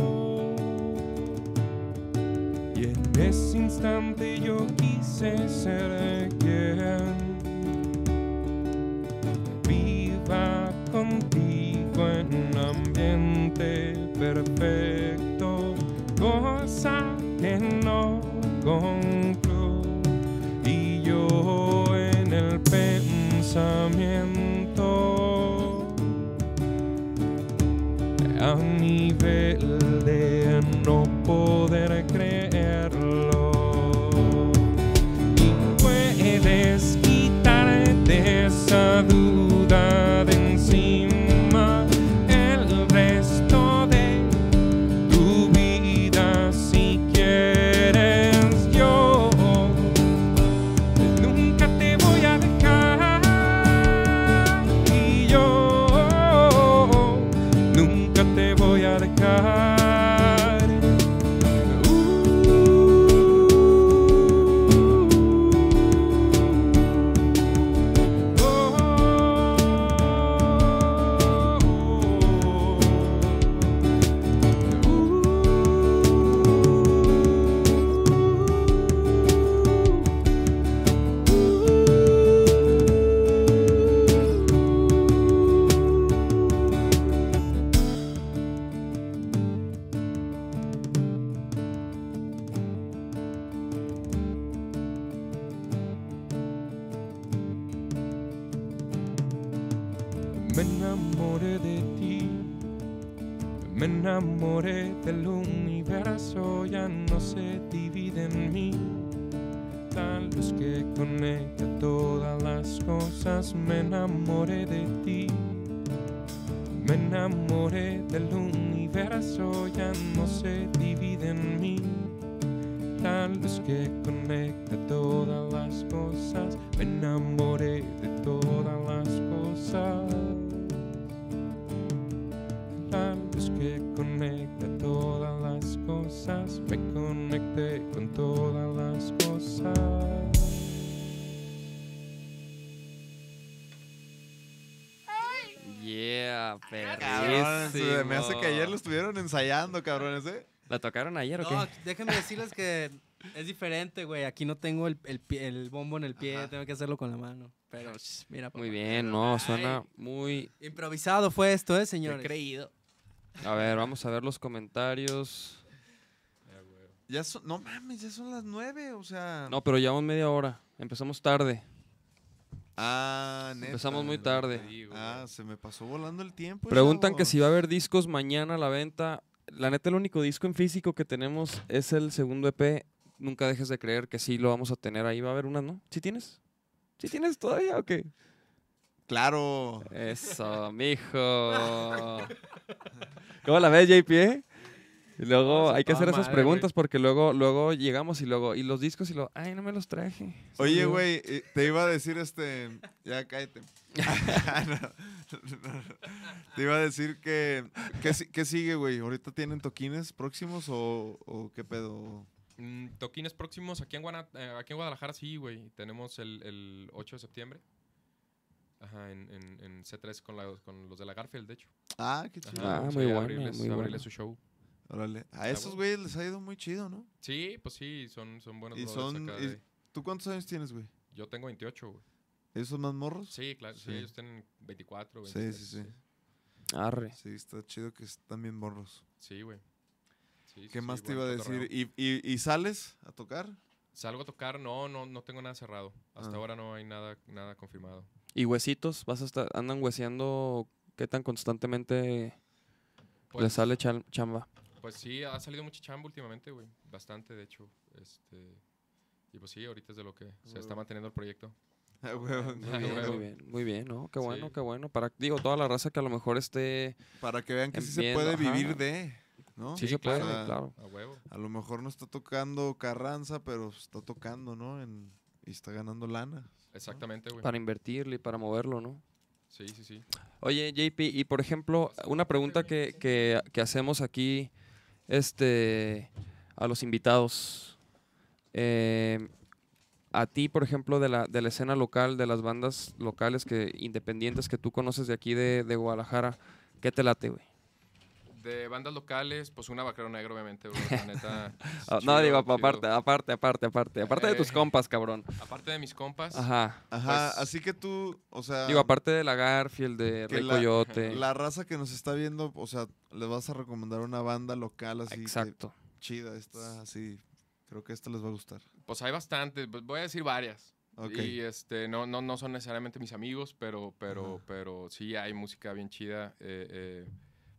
Speaker 7: y en ese instante yo quise ser quien viva contigo en un ambiente perfecto, cosa que no concluyo y yo en el pensamiento. a un nivel de no poder creerlo. Y puedes quitarte esa duda de encima. El resto de tu vida, si quieres, yo nunca te voy a dejar. Y yo nunca te voy a dejar. Uh, oh, Me enamoré de ti, me enamoré del universo, ya no se divide en mí. La luz que conecta todas las cosas, me enamoré de ti. Me enamoré del universo, ya no se divide en mí. La luz que conecta todas las cosas, me enamoré de todas las cosas. La luz que conecta todas las cosas, me conecté con todas las cosas.
Speaker 3: Yeah,
Speaker 2: Cabrón, se
Speaker 3: perrísimo.
Speaker 2: me hace que ayer lo estuvieron ensayando, cabrones, ¿eh?
Speaker 3: ¿La tocaron ayer o qué?
Speaker 4: No, déjenme decirles que es diferente, güey. Aquí no tengo el, el, pie- el bombo en el pie, tengo que hacerlo con la mano. Pero, sh, mira, papá.
Speaker 3: Muy bien, no, suena muy...
Speaker 4: Improvisado fue esto, ¿eh, señores? creído.
Speaker 3: A ver, vamos a ver los comentarios.
Speaker 2: Ya son, no mames, ya son las nueve, o sea.
Speaker 3: No, pero llevamos media hora. Empezamos tarde.
Speaker 2: Ah, neta.
Speaker 3: Empezamos muy tarde.
Speaker 2: Ah, se me pasó volando el tiempo.
Speaker 3: Preguntan que
Speaker 2: chavos.
Speaker 3: si va a haber discos mañana a la venta. La neta, el único disco en físico que tenemos es el segundo EP. Nunca dejes de creer que sí lo vamos a tener ahí. Va a haber unas, ¿no? ¿Sí tienes? ¿Sí tienes todavía o qué?
Speaker 2: Claro.
Speaker 3: Eso, mijo. ¿Cómo la ves, JP? eh? Y luego
Speaker 5: No,
Speaker 3: hay que
Speaker 5: toda
Speaker 3: hacer esas
Speaker 5: madre,
Speaker 3: preguntas porque luego, luego llegamos y luego, y los discos y luego, ay, no me los traje.
Speaker 2: Oye, güey, eh, te iba a decir este. Ya cállate. No, no, no. Te iba a decir que. ¿Qué, si- qué sigue, güey? ¿Ahorita tienen toquines próximos o, o qué pedo?
Speaker 5: Mm, toquines próximos aquí en, Guana- eh, aquí en Guadalajara, sí, güey. Tenemos el, el 8 de septiembre. Ajá, en, en- en C3 con, la- con los de la Garfield, de hecho.
Speaker 2: Ah, qué chido.
Speaker 3: Ah,
Speaker 5: Ajá, vamos
Speaker 3: muy
Speaker 5: ahí a
Speaker 3: buena,
Speaker 5: abrirles-
Speaker 3: muy
Speaker 5: abrirles
Speaker 3: buena.
Speaker 5: su show.
Speaker 2: Órale. A
Speaker 5: Está
Speaker 2: esos
Speaker 5: bueno.
Speaker 2: güeyes les ha ido muy chido, ¿no?
Speaker 5: Sí, pues sí, son, son buenos
Speaker 2: Y
Speaker 5: brothers
Speaker 2: son-
Speaker 5: acá
Speaker 2: y-
Speaker 5: de-
Speaker 2: ¿Tú cuántos años tienes, güey?
Speaker 5: Yo tengo 28, güey.
Speaker 2: ¿Ellos son más morros?
Speaker 5: Sí, claro, sí,
Speaker 2: Sí.
Speaker 5: ellos tienen 24,
Speaker 2: Sí,
Speaker 5: 23,
Speaker 2: sí, sí.
Speaker 3: Arre.
Speaker 2: Sí, está chido que están bien morros.
Speaker 5: Sí, güey. Sí,
Speaker 2: ¿Qué
Speaker 5: sí,
Speaker 2: más
Speaker 5: sí,
Speaker 2: te iba
Speaker 5: buen
Speaker 2: a
Speaker 5: cotorreo.
Speaker 2: decir? ¿Y, y, y sales a tocar?
Speaker 5: ¿Salgo a tocar? No, no, no tengo nada cerrado. Hasta
Speaker 2: Ah.
Speaker 5: ahora no hay nada, nada confirmado.
Speaker 3: ¿Y huesitos? ¿Vas a estar, andan hueseando qué tan constantemente le
Speaker 5: Pues,
Speaker 3: sale chal- chamba?
Speaker 5: pues sí, ha salido mucha chamba últimamente, güey. Bastante, de hecho. Este, y pues sí, ahorita es de lo que se está manteniendo el proyecto.
Speaker 2: Ah, huevo.
Speaker 3: Muy bien,
Speaker 5: huevo.
Speaker 3: muy bien, muy bien, ¿no? Qué bueno,
Speaker 5: Sí.
Speaker 3: qué bueno. Para, digo, toda la raza que a lo mejor esté...
Speaker 2: Para que vean que sí se
Speaker 3: Entiendo,
Speaker 2: puede
Speaker 3: ajá.
Speaker 2: vivir de, ¿no?
Speaker 3: Sí,
Speaker 5: Sí,
Speaker 3: se puede,
Speaker 2: claro.
Speaker 3: claro.
Speaker 5: A huevo.
Speaker 2: A lo mejor no está tocando Carranza, pero está tocando, ¿no? En- y está ganando lana.
Speaker 5: Exactamente, güey.
Speaker 3: Para invertirle y para moverlo, ¿no?
Speaker 5: Sí, sí, sí.
Speaker 3: Oye, JP, y por ejemplo, una pregunta que, que- que hacemos aquí este, a los invitados. Eh, a ti, por ejemplo, de la, de la escena local, de las bandas locales que, independientes que tú conoces de aquí de, de Guadalajara, ¿qué te late, güey?
Speaker 5: De bandas locales, pues una Vaquero Negro, obviamente, bro. La neta. es
Speaker 3: Ah, no,
Speaker 5: chido,
Speaker 3: digo,
Speaker 5: chido.
Speaker 3: aparte, aparte, aparte, aparte. Aparte de tus
Speaker 5: Eh.
Speaker 3: compas, cabrón.
Speaker 5: Aparte de mis compas.
Speaker 3: Ajá.
Speaker 2: Ajá,
Speaker 5: Pues-
Speaker 2: así que tú, o sea,
Speaker 3: Digo, aparte de la Garfield, de
Speaker 2: Ah. que
Speaker 3: Rey
Speaker 2: la-
Speaker 3: Coyote.
Speaker 2: la raza que nos está viendo, o sea, les vas a recomendar una banda local así que
Speaker 3: Exacto.
Speaker 2: chida, esta así, creo que esta les va a gustar.
Speaker 5: Pues hay bastantes. pues Voy a decir varias.
Speaker 2: Ok.
Speaker 5: Y este, no, no, no son necesariamente mis amigos, pero, pero,
Speaker 2: Ajá.
Speaker 5: pero sí hay música bien chida. eh, eh,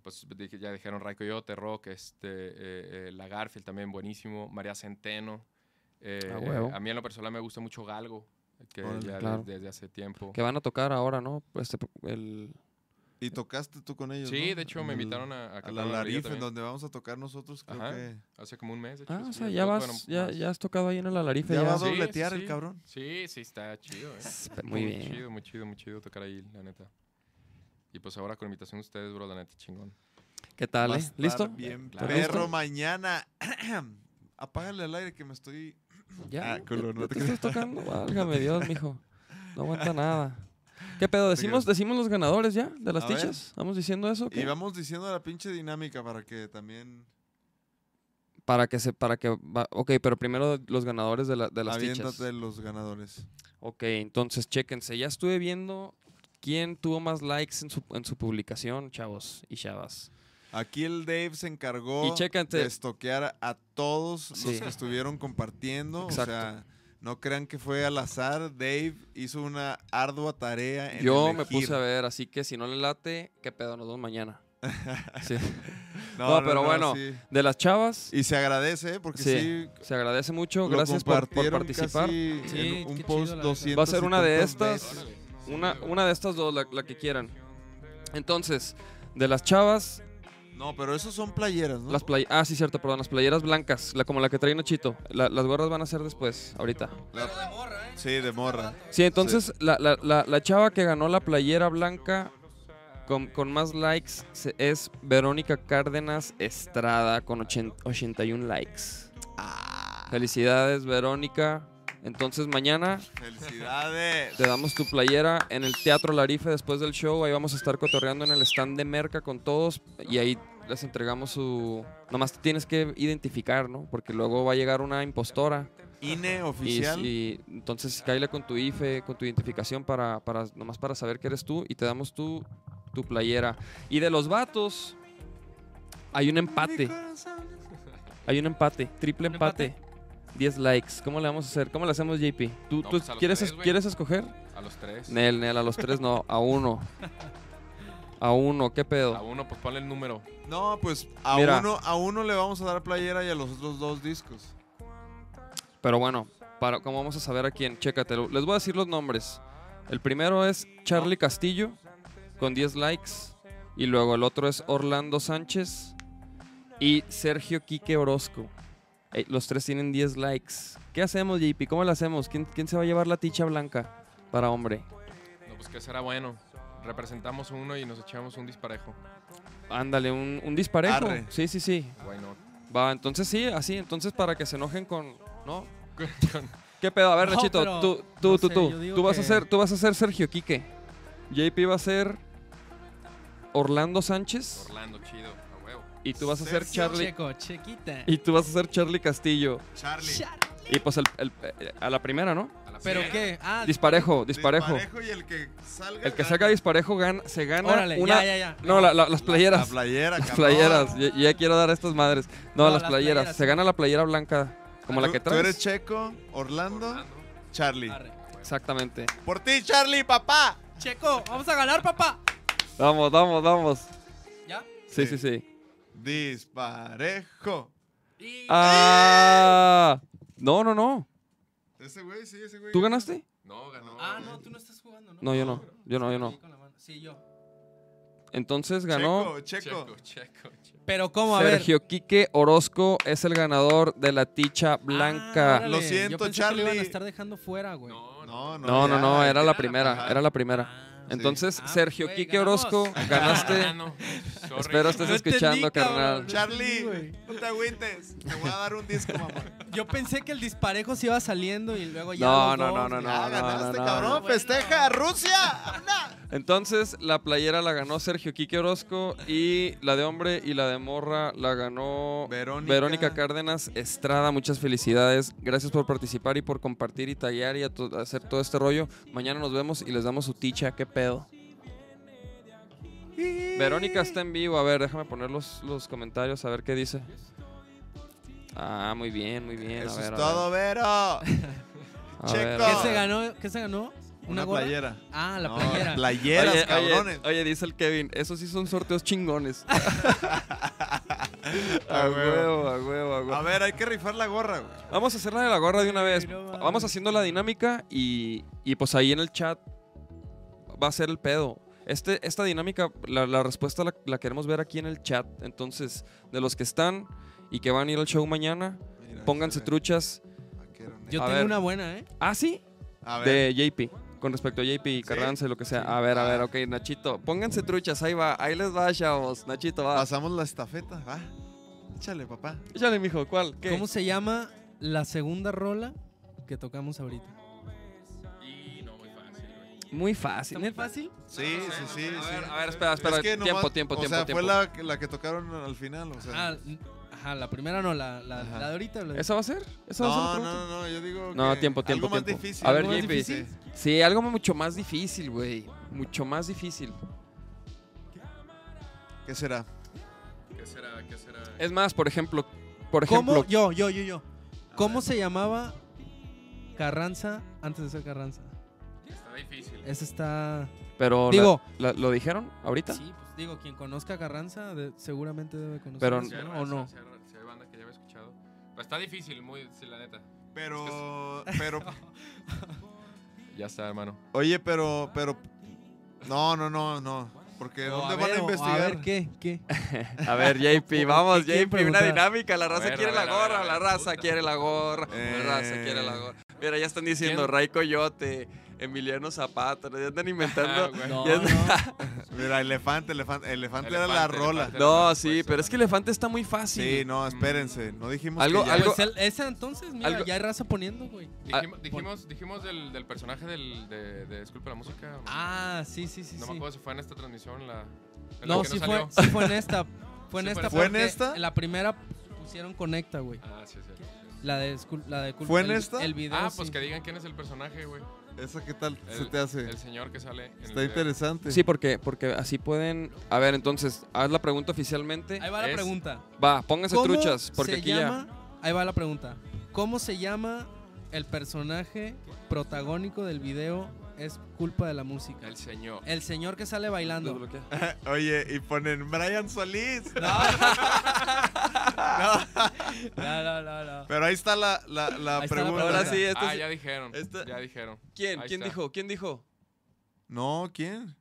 Speaker 5: pues dije- ya dijeron Ray Coyote, Rock, este, eh, eh, La Garfield también buenísimo, María Centeno. eh,
Speaker 3: A Ah, huevo.
Speaker 5: eh, a mí en lo personal me gusta mucho Galgo, que
Speaker 2: Órale.
Speaker 5: ya de-
Speaker 3: Claro.
Speaker 5: desde hace tiempo.
Speaker 3: Que van a tocar ahora, ¿no? Este, el,
Speaker 2: Y tocaste tú con ellos.
Speaker 5: Sí,
Speaker 2: ¿no?
Speaker 5: de hecho
Speaker 2: En
Speaker 5: me
Speaker 2: el-
Speaker 5: invitaron a, a
Speaker 2: a
Speaker 5: cantar
Speaker 2: la
Speaker 5: en la Larife
Speaker 2: Larife, en donde vamos a tocar nosotros, creo
Speaker 5: Ajá.
Speaker 2: que.
Speaker 5: hace como un mes. de hecho,
Speaker 3: ah,
Speaker 5: les
Speaker 3: o sea,
Speaker 5: invité,
Speaker 3: ya,
Speaker 5: dos,
Speaker 3: vas,
Speaker 5: bueno,
Speaker 3: ya,
Speaker 5: más.
Speaker 3: ya has tocado ahí en el Alarife.
Speaker 2: Ya
Speaker 3: ya.
Speaker 2: va a
Speaker 5: Sí,
Speaker 2: dobletear
Speaker 5: sí,
Speaker 2: el
Speaker 5: sí.
Speaker 2: cabrón.
Speaker 5: Sí, sí, está chido. ¿eh?
Speaker 3: Está Muy bien.
Speaker 5: chido, muy chido, muy chido tocar ahí, la neta. Y pues ahora con invitación de ustedes, bro, la neta chingón.
Speaker 3: ¿Qué tal?
Speaker 2: Va a
Speaker 3: eh?
Speaker 2: estar
Speaker 3: ¿Listo?
Speaker 2: Bien,
Speaker 5: Claro.
Speaker 2: perro,
Speaker 3: ¿Listo?
Speaker 2: mañana. Apágale al aire que me estoy.
Speaker 3: Ya.
Speaker 2: Ah, culo, no
Speaker 3: ¿Ya
Speaker 2: te
Speaker 3: te estás tocando? Válgame Dios, mijo. No aguanta nada. ¿Qué pedo?
Speaker 2: te creas.
Speaker 3: ¿Decimos, decimos los ganadores ya de las
Speaker 2: A ver.
Speaker 3: tichas? ¿Vamos diciendo eso? o qué?
Speaker 2: Y vamos diciendo la pinche dinámica para que también.
Speaker 3: Para que se, para que va- ok, pero primero los ganadores de, la- de las
Speaker 2: Aviéntate
Speaker 3: fichas.
Speaker 2: los ganadores.
Speaker 3: Ok, entonces chéquense. Ya estuve viendo quién tuvo más likes en su, en su publicación, chavos y chavas.
Speaker 2: Aquí el Dave se encargó
Speaker 3: Y chécate.
Speaker 2: de estoquear a todos los
Speaker 3: Sí.
Speaker 2: que estuvieron compartiendo.
Speaker 3: Exacto.
Speaker 2: O sea, no crean que fue al azar. Dave hizo una ardua tarea en
Speaker 3: Yo me
Speaker 2: elegir.
Speaker 3: puse a ver, así que si no le late, qué pedo, nos vemos mañana. Sí.
Speaker 2: No,
Speaker 3: No, pero bueno.
Speaker 2: sí.
Speaker 3: De las chavas,
Speaker 2: Y se agradece, ¿eh? porque
Speaker 3: Sí.
Speaker 2: sí,
Speaker 3: se agradece mucho.
Speaker 2: lo
Speaker 3: Gracias por- por,
Speaker 2: compartieron
Speaker 3: participar.
Speaker 2: casi en
Speaker 4: Sí,
Speaker 2: un
Speaker 4: qué
Speaker 2: post
Speaker 4: chido, la neta.
Speaker 2: 200
Speaker 3: Va a ser
Speaker 2: y
Speaker 3: una de
Speaker 2: tantas
Speaker 3: estas.
Speaker 2: veces.
Speaker 3: Una, una de estas dos, la, la que quieran. Entonces, de las chavas,
Speaker 2: No, pero esos son playeras, ¿no?
Speaker 3: las play ah, sí, cierto, perdón, las playeras blancas, la, como la que trae Nachito. La- las gorras van a ser después, ahorita.
Speaker 2: La- Sí, de morra. ¿eh?
Speaker 3: Sí, entonces La, la- la- la chava que ganó la playera blanca con, con más likes se- es Verónica Cárdenas Estrada con 80 81 likes.
Speaker 2: Ah.
Speaker 3: Felicidades, Verónica. Entonces mañana
Speaker 2: Felicidades.
Speaker 3: te damos tu playera en el Teatro Larife después del show. Ahí vamos a estar cotorreando en el stand de merca con todos y ahí les entregamos su... Nomás te tienes que identificar, ¿no? Porque luego va a llegar una impostora
Speaker 2: INE
Speaker 3: y,
Speaker 2: oficial.
Speaker 3: y entonces cáile con tu IFE, con tu identificación para, para nomás para saber que eres tú y te damos tu, tu playera. Y de los vatos hay un empate. Hay un empate, triple
Speaker 6: ¿Un empate?
Speaker 3: empate. 10 likes. ¿Cómo le vamos a hacer? ¿Cómo le hacemos, JP? ¿Tú,
Speaker 5: No,
Speaker 3: tú
Speaker 5: pues a los
Speaker 3: quieres,
Speaker 5: tres,
Speaker 3: es-
Speaker 5: güey.
Speaker 3: quieres escoger?
Speaker 5: A los tres.
Speaker 3: Nel, Nel, a los tres no, a uno. A uno, ¿qué
Speaker 5: A
Speaker 3: pedo?
Speaker 5: uno, pues ponle el número.
Speaker 2: No, pues a
Speaker 3: Mira.
Speaker 2: uno, a uno le vamos a dar playera y a los otros dos discos.
Speaker 3: Pero bueno, para, ¿cómo vamos a saber a quién? Chécate, les voy a decir los nombres. El primero es Charlie Castillo, con 10 likes. Y luego el otro es Orlando Sánchez y Sergio Quique Orozco. Eh, los tres tienen 10 likes. ¿Qué hacemos, JP? ¿Cómo lo hacemos? ¿Quién, quién se va a llevar la ticha blanca para hombre?
Speaker 5: No, pues que será bueno. Representamos uno y nos echamos un disparejo.
Speaker 3: Ándale, un, un disparejo.
Speaker 2: Arre.
Speaker 3: Sí, sí, sí.
Speaker 5: Why not?
Speaker 3: Va, entonces sí, así, entonces para que se enojen con, ¿no? ¿Qué pedo? A ver,
Speaker 4: No,
Speaker 3: Nachito,
Speaker 4: pero,
Speaker 3: tú, tú,
Speaker 4: no
Speaker 3: tú,
Speaker 4: sé,
Speaker 3: tú,
Speaker 4: yo digo
Speaker 3: tú vas a
Speaker 4: que-
Speaker 3: ser, tú vas a ser Sergio Quique. JP va a ser Orlando Sánchez
Speaker 5: Orlando, chido. A huevo.
Speaker 3: y tú vas a ser
Speaker 2: Sergio
Speaker 3: Charlie
Speaker 4: Checo, chequita.
Speaker 3: y tú vas a ser Charlie Castillo.
Speaker 2: Charlie.
Speaker 3: Y pues el- el- eh, a la primera, ¿no?
Speaker 5: A la
Speaker 4: ¿Pero
Speaker 5: primera.
Speaker 4: qué? Ah,
Speaker 3: Disparejo, disparejo.
Speaker 2: y el que salga.
Speaker 3: El que
Speaker 2: gana.
Speaker 3: saca disparejo gana- se gana
Speaker 4: órale,
Speaker 3: una
Speaker 4: ya, ya, ya.
Speaker 3: No, la- la- las
Speaker 2: La
Speaker 3: playeras.
Speaker 2: playera,
Speaker 3: Las
Speaker 2: cabrón.
Speaker 3: playeras. Ya, ya quiero dar a estas madres. No,
Speaker 4: No,
Speaker 3: las
Speaker 4: las
Speaker 3: playeras.
Speaker 4: playeras.
Speaker 3: Se gana la playera blanca como la
Speaker 2: Tú-
Speaker 3: que
Speaker 2: Tú eres
Speaker 3: traes.
Speaker 2: Checo, Orlando, Charlie.
Speaker 4: Arre.
Speaker 3: Exactamente.
Speaker 2: Por ti, Charlie, papá.
Speaker 4: Checo, vamos a ganar, papá.
Speaker 3: Vamos, vamos, vamos.
Speaker 4: ¿Ya?
Speaker 3: Sí,
Speaker 2: Sí.
Speaker 3: sí, sí.
Speaker 2: Disparejo.
Speaker 3: Ah, no, no, no.
Speaker 2: Ese güey, sí, ese güey.
Speaker 3: ¿Tú ganaste?
Speaker 5: No, ganó.
Speaker 4: Ah, no, tú no estás jugando, ¿no?
Speaker 3: No, yo no. Yo no, yo no.
Speaker 4: Sí, yo.
Speaker 3: Entonces ganó
Speaker 2: Checo, Checo.
Speaker 5: Checo, checo, checo.
Speaker 4: Pero cómo, a ver.
Speaker 3: Sergio Quique Orozco es el ganador de la ticha
Speaker 4: Ah,
Speaker 3: blanca.
Speaker 4: órale,
Speaker 2: Lo siento,
Speaker 4: yo pensé que
Speaker 2: Charlie.
Speaker 4: lo iban a estar dejando fuera, güey.
Speaker 5: No,
Speaker 2: No, no.
Speaker 3: No, no,
Speaker 2: ya,
Speaker 3: no, era la
Speaker 5: era la
Speaker 3: primera,
Speaker 2: primera.
Speaker 3: era la primera.
Speaker 4: Ah,
Speaker 3: Entonces,
Speaker 4: Ah,
Speaker 3: Sergio
Speaker 4: güey,
Speaker 3: Quique
Speaker 4: ganamos.
Speaker 3: Orozco,
Speaker 5: Ah,
Speaker 3: ganaste.
Speaker 5: no. Sorry.
Speaker 3: Espero estés
Speaker 4: No entendí,
Speaker 3: escuchando,
Speaker 4: cabrón.
Speaker 3: carnal.
Speaker 4: Sí,
Speaker 2: Charlie,
Speaker 4: güey.
Speaker 2: no te agüites. Te voy a dar un disco, mamá.
Speaker 4: Yo pensé que el disparejo se iba saliendo y luego ya.
Speaker 3: No,
Speaker 4: los
Speaker 3: no,
Speaker 4: dos,
Speaker 3: no, no,
Speaker 4: güey.
Speaker 3: no.
Speaker 2: Ah, ganaste,
Speaker 3: no,
Speaker 2: cabrón.
Speaker 4: no.
Speaker 2: Festeja, Rusia. ¡Anda!
Speaker 3: Entonces, la playera la ganó Sergio Quique Orozco y la de hombre y la de morra la ganó
Speaker 2: Verónica.
Speaker 3: Verónica Cárdenas Estrada, muchas felicidades. Gracias por participar y por compartir y tallar y a to- hacer todo este rollo. Mañana nos vemos y les damos su ticha, qué pedo. Verónica está en vivo. A ver, déjame poner los, los comentarios a ver qué dice. Ah, muy bien, muy bien. a
Speaker 2: Eso
Speaker 3: ver, a
Speaker 2: es
Speaker 3: ver,
Speaker 2: todo, Vero.
Speaker 3: a ver,
Speaker 2: Checo.
Speaker 3: a
Speaker 4: ¿Qué se
Speaker 3: ver.
Speaker 4: ganó? ¿Qué se ganó? ¿Una
Speaker 2: Una
Speaker 4: gorra?
Speaker 2: playera.
Speaker 4: Ah, la
Speaker 2: No,
Speaker 4: playera.
Speaker 2: Playeras, cabrones.
Speaker 3: Oye, dice el Kevin, esos sí son sorteos chingones.
Speaker 2: A huevo.
Speaker 3: a Ah, huevo, a huevo.
Speaker 2: A ver, hay que rifar la gorra, güey.
Speaker 3: Vamos a hacer la de la gorra de una vez.
Speaker 4: no mames.
Speaker 3: Vamos haciendo la dinámica y, y pues ahí en el chat va a ser el pedo. Este, esta dinámica, la, la respuesta la, la queremos ver aquí en el chat. Entonces, de los que están y que van a ir al show mañana,
Speaker 2: Mira,
Speaker 3: pónganse
Speaker 2: se ve.
Speaker 3: truchas.
Speaker 2: Vaquero negro.
Speaker 4: Yo
Speaker 3: a
Speaker 4: tengo
Speaker 3: ver.
Speaker 4: una buena, ¿eh?
Speaker 3: Ah, sí,
Speaker 2: A ver. Ah.
Speaker 3: de JP. Con respecto a JP y Carranza y lo que sea. A ver, a ver, ok, Nachito. Pónganse truchas, ahí va, ahí les va, chavos. Nachito, va.
Speaker 2: Pasamos la estafeta, va. Échale, papá.
Speaker 3: Échale, mijo, ¿cuál? ¿Qué?
Speaker 4: ¿Cómo se llama la segunda rola que tocamos ahorita?
Speaker 3: Muy fácil.
Speaker 4: ¿Está muy fácil?
Speaker 2: Sí, sí, sí.
Speaker 3: A
Speaker 2: sí.
Speaker 3: ver, a ver, espera, espera.
Speaker 2: Es que
Speaker 3: tiempo,
Speaker 2: nomás-
Speaker 3: tiempo,
Speaker 2: o
Speaker 3: tiempo,
Speaker 2: sea,
Speaker 3: tiempo.
Speaker 2: fue la, que- la que tocaron al final, o sea.
Speaker 4: Ah, n- ajá, la primera no, la, la,
Speaker 2: Ajá.
Speaker 4: la de ahorita. la de-
Speaker 3: ¿Esa va a ser? ¿Esa va a ser la
Speaker 2: no, no,
Speaker 3: pregunta?
Speaker 2: no, no, yo digo
Speaker 3: No,
Speaker 2: que
Speaker 3: tiempo, tiempo,
Speaker 2: algo más
Speaker 3: tiempo.
Speaker 2: difícil.
Speaker 3: A ver,
Speaker 2: algo más
Speaker 3: JP.
Speaker 2: difícil.
Speaker 3: Sí, algo mucho más difícil, güey. Mucho más difícil.
Speaker 2: ¿Qué será?
Speaker 5: ¿Qué será? ¿Qué será?
Speaker 4: Eh,
Speaker 3: Es más, por ejemplo, por ejemplo,
Speaker 4: ¿Cómo? Yo, yo, yo, yo. ¿Cómo se llamaba Carranza antes de ser Carranza?
Speaker 5: Está difícil.
Speaker 4: Esa está...
Speaker 3: pero la-
Speaker 4: Digo-
Speaker 3: la- ¿lo dijeron ahorita?
Speaker 4: Sí, pues digo, quien conozca a Carranza de- seguramente debe conocer.
Speaker 3: Pero-
Speaker 4: esa, ¿no? ¿O no?
Speaker 5: Si hay banda que ya había escuchado. Pero está difícil, muy, sí, la neta.
Speaker 2: Pero, pero,
Speaker 5: Ya está, hermano.
Speaker 2: oye, pero, pero, no, no, no, no, porque
Speaker 4: O
Speaker 2: ¿dónde
Speaker 4: Oh, a
Speaker 2: van
Speaker 4: ver,
Speaker 2: a
Speaker 4: o-
Speaker 2: investigar?
Speaker 4: A ver, ¿qué? ¿Qué?
Speaker 3: A ver, JP,
Speaker 4: ¿Qué
Speaker 3: vamos,
Speaker 4: quieren
Speaker 3: JP, una
Speaker 4: preguntar?
Speaker 3: dinámica. La raza
Speaker 5: A ver,
Speaker 3: quiere
Speaker 5: a
Speaker 3: la
Speaker 5: ver, a ver,
Speaker 3: gorra,
Speaker 5: a ver,
Speaker 3: la raza
Speaker 5: puta.
Speaker 3: quiere la gorra,
Speaker 2: Eh.
Speaker 3: la raza quiere la gorra. Mira, ya están diciendo
Speaker 5: ¿Quién?
Speaker 3: Ray Coyote, Emiliano Zapata, ya están inventando.
Speaker 4: No,
Speaker 3: Ya-
Speaker 4: no.
Speaker 2: Mira, elefante, elefante, elefante, era la
Speaker 5: Elefante,
Speaker 2: rola.
Speaker 5: elefante.
Speaker 3: No,
Speaker 5: Pues,
Speaker 3: sí, pero es que Elefante está muy fácil.
Speaker 2: Sí, no, espérense,
Speaker 5: Mm.
Speaker 2: no dijimos
Speaker 3: Algo-
Speaker 2: que ya-
Speaker 3: algo-
Speaker 4: Pues el- esa entonces, mira,
Speaker 3: algo-
Speaker 4: ya hay raza poniendo, güey. Ah,
Speaker 5: Dijimos, dijimos, dijimos del, del personaje del, de, de Disculpa la Música.
Speaker 4: Ah, sí, sí, sí.
Speaker 5: no
Speaker 4: sí.
Speaker 5: me acuerdo si fue en esta transmisión la. en la
Speaker 4: No,
Speaker 5: que
Speaker 4: sí, fue,
Speaker 5: salió.
Speaker 4: sí fue en esta. Fue en
Speaker 5: Sí,
Speaker 4: esta.
Speaker 2: ¿Fue en
Speaker 4: porque
Speaker 2: esta?
Speaker 4: La primera pusieron conecta, güey.
Speaker 5: Ah, sí, sí. sí.
Speaker 4: La de, Scul- la de Culpa.
Speaker 2: ¿Fue en
Speaker 4: el-
Speaker 2: esta?
Speaker 4: El video.
Speaker 5: Ah, pues
Speaker 4: sí.
Speaker 5: que digan quién es el personaje, güey.
Speaker 2: ¿Esa qué tal se
Speaker 5: El-
Speaker 2: te hace?
Speaker 5: El señor que sale. en el
Speaker 2: Está
Speaker 5: video.
Speaker 2: interesante.
Speaker 3: Sí, porque, porque así pueden. A ver, entonces, haz la pregunta oficialmente.
Speaker 4: Ahí va la
Speaker 5: es-
Speaker 4: pregunta.
Speaker 3: Va, pónganse truchas, porque
Speaker 4: se
Speaker 3: aquí
Speaker 4: llama, Ahí va la pregunta. ¿Cómo se llama el personaje protagónico del video Es culpa de la música?
Speaker 5: El señor.
Speaker 4: El señor que sale
Speaker 3: ya.
Speaker 4: bailando.
Speaker 2: Oye, y ponen Brian Solís.
Speaker 4: No, no, no, no.
Speaker 2: Pero ahí está la, la, la
Speaker 4: Ahí está la
Speaker 2: pregunta.
Speaker 4: pregunta.
Speaker 3: Ahora sí, esto
Speaker 5: ah,
Speaker 3: sí-
Speaker 5: ya dijeron.
Speaker 3: Esta-
Speaker 5: Ya dijeron.
Speaker 3: ¿Quién?
Speaker 5: Ahí
Speaker 3: ¿Quién
Speaker 5: está.
Speaker 3: dijo? ¿Quién dijo?
Speaker 2: No, ¿quién?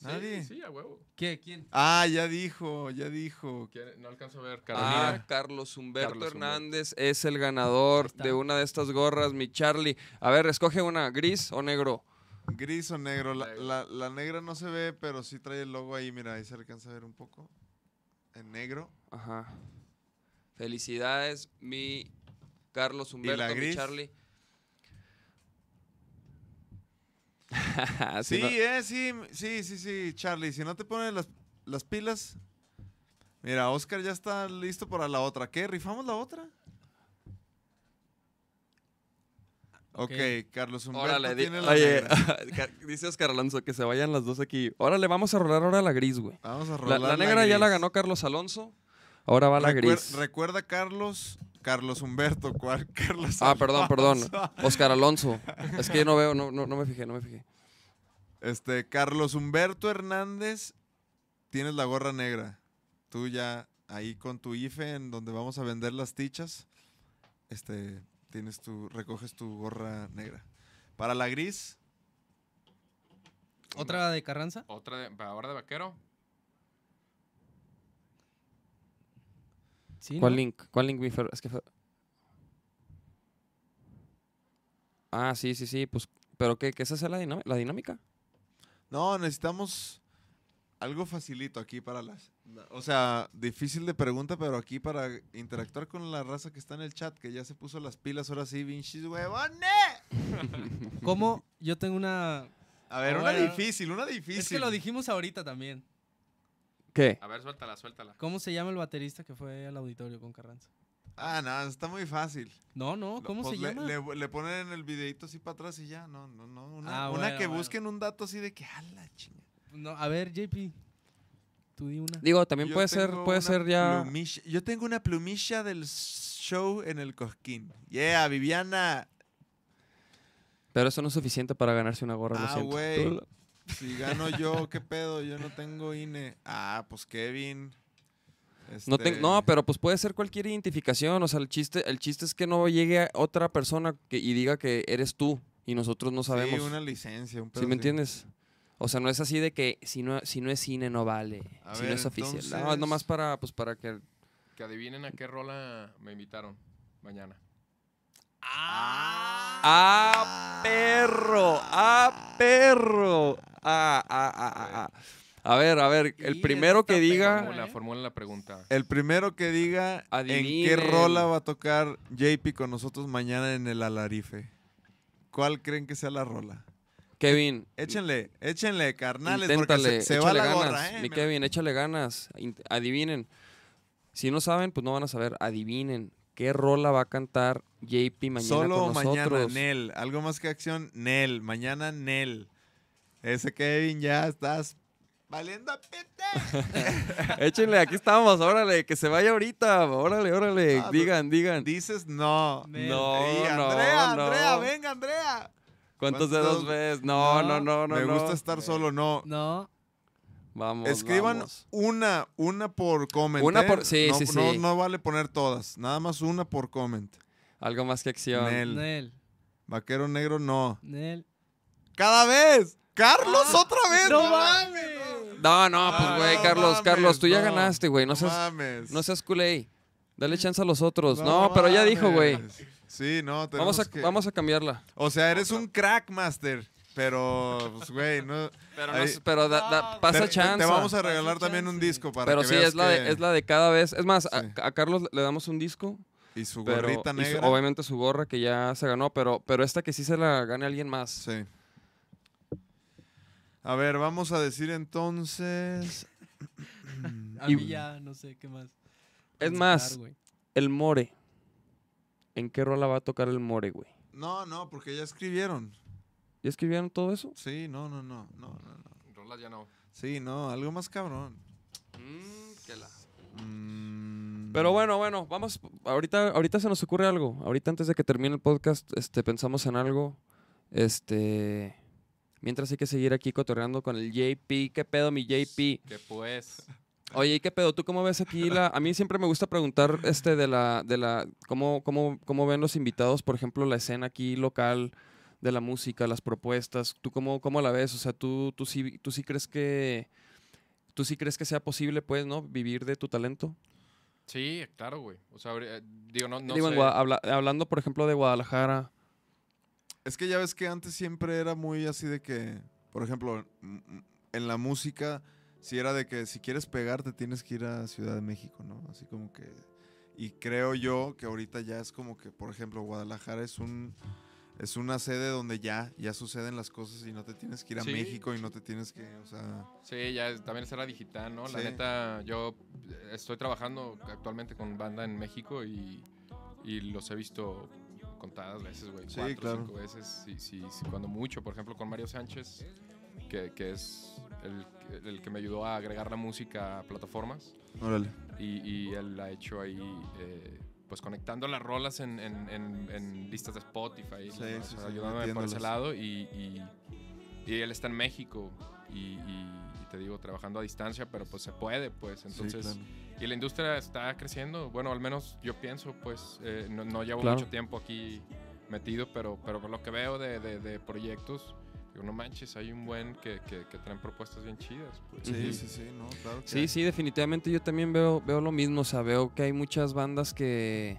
Speaker 2: Nadie.
Speaker 5: Sí, sí, a huevo.
Speaker 4: ¿Qué? ¿Quién?
Speaker 2: Ah, ya dijo, ya dijo.
Speaker 5: ¿Quién? No alcanzo a ver.
Speaker 3: Ah,
Speaker 5: Carolina.
Speaker 3: Carlos Humberto
Speaker 5: Carlos
Speaker 3: Hernández es el ganador
Speaker 4: está.
Speaker 3: de una de estas gorras, mi Charlie. A ver, escoge una, gris o negro.
Speaker 2: Gris o negro. La, la- la negra no se ve, pero sí trae el logo ahí. Mira, ahí se alcanza a ver un poco. En negro.
Speaker 3: Ajá. Felicidades, mi Carlos Humberto,
Speaker 2: la
Speaker 3: mi
Speaker 2: gris?
Speaker 3: Charlie.
Speaker 2: Sí,
Speaker 3: sí, no-
Speaker 2: eh, sí, m- sí, sí, sí, Charlie. Si no te pones las, las pilas. Mira, Oscar ya está listo para la otra. ¿Qué? ¿Rifamos la otra? Ok, Carlos Humberto
Speaker 3: Órale, di-
Speaker 2: tiene la
Speaker 3: oye,
Speaker 2: negra.
Speaker 3: Car- dice Oscar Alonso que se vayan las dos aquí. Órale, vamos a rolar ahora la gris, güey.
Speaker 2: Vamos a
Speaker 3: La,
Speaker 2: rolar
Speaker 3: la negra ya la
Speaker 2: gris.
Speaker 3: ganó Carlos Alonso. Ahora va la
Speaker 2: Recuer-
Speaker 3: gris.
Speaker 2: Recuerda, Carlos. Carlos Humberto, ¿cuál? Carlos
Speaker 3: Ah, perdón, perdón.
Speaker 2: Alonso.
Speaker 3: Oscar Alonso. Es que yo no veo, no, no, no me fijé, no me fijé.
Speaker 2: Este, Carlos Humberto Hernández, tienes la gorra negra. Tú ya ahí con tu IFE en donde vamos a vender las tichas, este, tienes tu, recoges tu gorra negra. Para la gris,
Speaker 4: ¿Otra de Carranza?
Speaker 5: Otra de. va, Ahora de vaquero.
Speaker 4: Sí.
Speaker 3: ¿Cuál
Speaker 4: ¿no?
Speaker 3: link? ¿Cuál link, mi Fer? Es que Fer- Ah, sí, sí, sí. Pues, ¿pero qué? ¿Qué es esa la, dinam- la dinámica?
Speaker 2: no, necesitamos algo facilito aquí para las... O sea, difícil de pregunta, pero aquí para interactuar con la raza que está en el chat, que ya se puso las pilas, ahora sí, Vinchis, huevones.
Speaker 4: ¿Cómo? Yo tengo una.
Speaker 2: A ver,
Speaker 4: Ah,
Speaker 2: una
Speaker 4: bueno.
Speaker 2: difícil, una difícil.
Speaker 4: Es que lo dijimos ahorita también.
Speaker 3: ¿Qué?
Speaker 5: A ver, suéltala, suéltala.
Speaker 4: ¿Cómo se llama el baterista que fue al auditorio con Carranza?
Speaker 2: Ah, no, está muy fácil.
Speaker 4: No, no,
Speaker 2: Lo-
Speaker 4: ¿cómo
Speaker 2: pues
Speaker 4: se
Speaker 2: le,
Speaker 4: llama?
Speaker 2: Le, le ponen el videito así para atrás y ya, no, no, no. Una,
Speaker 4: Ah,
Speaker 2: una
Speaker 4: bueno,
Speaker 2: que
Speaker 4: bueno.
Speaker 2: busquen un dato así de que, ala, chinga.
Speaker 4: No, a ver, JP. Tú di una.
Speaker 3: Digo, también
Speaker 2: Yo
Speaker 3: puede ser,
Speaker 2: tengo
Speaker 3: puede
Speaker 2: una
Speaker 3: ser ya.
Speaker 2: plumilla- yo tengo una plumilla del show en el Cosquín. Yeah, Viviana.
Speaker 3: Pero eso no es suficiente para ganarse una gorra, lo
Speaker 2: Ah,
Speaker 3: siento.
Speaker 2: güey.
Speaker 3: Tú-
Speaker 2: Si gano yo, ¿qué pedo? Yo no tengo INE. Ah, pues Kevin.
Speaker 3: No, te-
Speaker 2: Este,
Speaker 3: no, pero pues puede ser cualquier identificación. O sea, el chiste, el chiste es que no llegue a otra persona que- y diga que eres tú y nosotros no sabemos.
Speaker 2: Sí, una licencia, un
Speaker 3: ¿Sí
Speaker 2: pedo
Speaker 3: me
Speaker 2: así.
Speaker 3: entiendes? O sea, no es así de que si no, si no es cine no vale,
Speaker 2: A
Speaker 3: si
Speaker 2: ver,
Speaker 3: no es oficial. No,
Speaker 2: entonces-
Speaker 3: es nomás para, pues, para que...
Speaker 5: Que adivinen a qué rola me invitaron mañana.
Speaker 3: ¡Ah, perro! ¡Ah, perro! ¡Ah, ah, ah, ah, ah. A ver, a ver,
Speaker 6: Y
Speaker 3: el
Speaker 6: esa
Speaker 3: primero que
Speaker 6: está
Speaker 3: diga...
Speaker 6: pegona.
Speaker 5: Formula,
Speaker 6: ¿eh?
Speaker 5: formula la pregunta.
Speaker 2: El primero que diga en qué
Speaker 3: Adivinen.
Speaker 2: rola va a tocar JP con nosotros mañana en el Alarife. ¿Cuál creen que sea la rola?
Speaker 3: Kevin,
Speaker 2: Échenle, échenle, carnales, porque
Speaker 3: inténtale,
Speaker 2: se- se, va
Speaker 3: échale
Speaker 2: la
Speaker 3: ganas.
Speaker 2: gorra, ¿eh?
Speaker 3: Mi
Speaker 2: Me-
Speaker 3: Kevin, échale ganas, in- adivinen. Si no saben, pues no van a saber, adivinen. ¿Qué rola va a cantar JP mañana
Speaker 2: Solo
Speaker 3: con
Speaker 2: mañana,
Speaker 3: nosotros?
Speaker 2: Nel. Algo más que acción, Nel. Mañana, Nel. Ese Kevin ya estás valiendo pete.
Speaker 3: Échenle, aquí estamos, órale, que se vaya ahorita, órale, órale,
Speaker 2: Ah,
Speaker 3: digan, digan.
Speaker 2: Dices no.
Speaker 4: Nel.
Speaker 3: No,
Speaker 2: Ey,
Speaker 3: no,
Speaker 2: Andrea,
Speaker 3: no.
Speaker 2: Andrea, venga, Andrea.
Speaker 3: ¿Cuántos
Speaker 2: ¿Cuántos dedos?
Speaker 3: dedos ves? No, no, no, no.
Speaker 2: Me
Speaker 3: no.
Speaker 2: gusta estar solo, no.
Speaker 4: No,
Speaker 3: Vamos.
Speaker 2: Escriban
Speaker 3: vamos.
Speaker 2: una, una por comment.
Speaker 3: Una
Speaker 2: ¿eh?
Speaker 3: por- sí,
Speaker 2: no,
Speaker 3: sí,
Speaker 2: No,
Speaker 3: sí.
Speaker 2: no vale poner todas, nada más una por comment.
Speaker 3: Algo más que acción.
Speaker 2: Nel.
Speaker 4: Nel,
Speaker 2: Vaquero negro, no.
Speaker 4: Nel.
Speaker 2: Cada vez. Carlos, otra vez.
Speaker 4: Ah, ¡No mames!
Speaker 3: No, no, pues
Speaker 2: Ah,
Speaker 3: güey,
Speaker 2: no
Speaker 3: Carlos,
Speaker 2: mames,
Speaker 3: Carlos, tú ya
Speaker 2: no.
Speaker 3: ganaste, güey. No
Speaker 2: No
Speaker 3: seas,
Speaker 2: mames.
Speaker 3: no seas culé. Dale chance a los otros. No, pero ya dijo, güey.
Speaker 2: mames. Sí, no, tenemos
Speaker 3: Vamos a,
Speaker 2: que-
Speaker 3: vamos a cambiarla.
Speaker 2: O sea, eres un crack master, pero pues güey, no
Speaker 3: Pero,
Speaker 2: no Ahí- se-
Speaker 3: pero da- da- pasa
Speaker 2: te, te-
Speaker 3: chance.
Speaker 2: te vamos a
Speaker 4: Pasa
Speaker 2: regalar también un
Speaker 4: chance.
Speaker 2: disco para
Speaker 3: pero
Speaker 2: que
Speaker 3: sí,
Speaker 2: veas
Speaker 3: es la,
Speaker 2: que-
Speaker 3: de, es la de cada vez. Es más, a-
Speaker 2: Sí.
Speaker 3: a, Carlos le damos un disco.
Speaker 2: y su
Speaker 3: Pero,
Speaker 2: gorrita
Speaker 3: y su-
Speaker 2: negra.
Speaker 3: obviamente su gorra que ya se ganó, pero, pero esta que sí se la gane alguien más.
Speaker 2: Sí. A ver, vamos a decir entonces
Speaker 4: A
Speaker 3: Y-
Speaker 4: mí ya, no sé qué más.
Speaker 3: Es
Speaker 4: pensar,
Speaker 3: más,
Speaker 4: güey.
Speaker 3: el More. ¿En qué rola va a tocar el More, güey?
Speaker 2: No, no, porque ya escribieron.
Speaker 3: ¿Ya escribieron todo eso?
Speaker 2: Sí, no, no, no, no, no, no.
Speaker 5: Rola ya no.
Speaker 2: Sí, no, algo más cabrón. Mm,
Speaker 3: Pero bueno, bueno, vamos. Ahorita, ahorita se nos ocurre algo. Ahorita antes de que termine el podcast, este, pensamos en algo. Este. Mientras hay que seguir aquí cotorreando con el JP. ¿Qué pedo, mi JP?
Speaker 5: Que pues.
Speaker 3: Oye, ¿y qué pedo? ¿Tú cómo ves aquí la.? A mí siempre me gusta preguntar este de la. de la. cómo, cómo, cómo ven los invitados, por ejemplo, la escena aquí local de la música, las propuestas. ¿Tú cómo, cómo la ves? O sea, tú, tú sí, tú sí crees que. ¿Tú sí crees que sea posible, pues, ¿no? Vivir de tu talento.
Speaker 5: Sí, claro, güey. O sea, habría- digo, no, no
Speaker 3: Digo, en
Speaker 5: sé.
Speaker 3: Guada- habla- hablando, por ejemplo, de Guadalajara.
Speaker 2: Es que ya ves que antes siempre era muy así de que, por ejemplo, mm, mm, en la música, si era de que si quieres pegar te tienes que ir a Ciudad de México, ¿no? Así como que... Y creo yo que ahorita ya es como que, por ejemplo, Guadalajara es un... Es una sede donde ya, ya suceden las cosas y no te tienes que ir a
Speaker 5: Sí.
Speaker 2: México y no te tienes que, o sea...
Speaker 5: Sí, ya es- también será digital, ¿no? La
Speaker 2: Sí.
Speaker 5: neta, yo eh, estoy trabajando actualmente con banda en México y, y los he visto contadas veces, güey.
Speaker 2: Sí,
Speaker 5: cuatro,
Speaker 2: claro.
Speaker 5: cinco veces, sí, sí, sí, cuando mucho. Por ejemplo, con Mario Sánchez, que, que es el, el que me ayudó a agregar la música a plataformas.
Speaker 2: Órale.
Speaker 5: Y, y él la ha hecho ahí, eh, pues conectando las rolas en, en- en- en listas de
Speaker 2: Sí,
Speaker 5: Spotify, ¿no? O
Speaker 2: sí,
Speaker 5: sea,
Speaker 2: sí,
Speaker 5: ayudándome por ese
Speaker 2: metiéndolas.
Speaker 5: lado. Y, y- y él está en México y, y- y te digo, trabajando a distancia, pero pues se puede, pues. Entonces,
Speaker 2: sí, claro.
Speaker 5: y la industria está creciendo. Bueno, al menos yo pienso, pues, eh, no, no llevo
Speaker 3: Claro.
Speaker 5: mucho tiempo aquí metido, pero, pero por lo que veo de, de- de proyectos, digo, no manches, hay un buen que, que- que traen propuestas bien chidas. Pues.
Speaker 2: Sí,
Speaker 3: Ujú.
Speaker 2: sí, sí, no, claro. que
Speaker 3: Sí,
Speaker 2: hay.
Speaker 3: sí, definitivamente yo también veo, veo lo mismo. O sea, veo que hay muchas bandas que.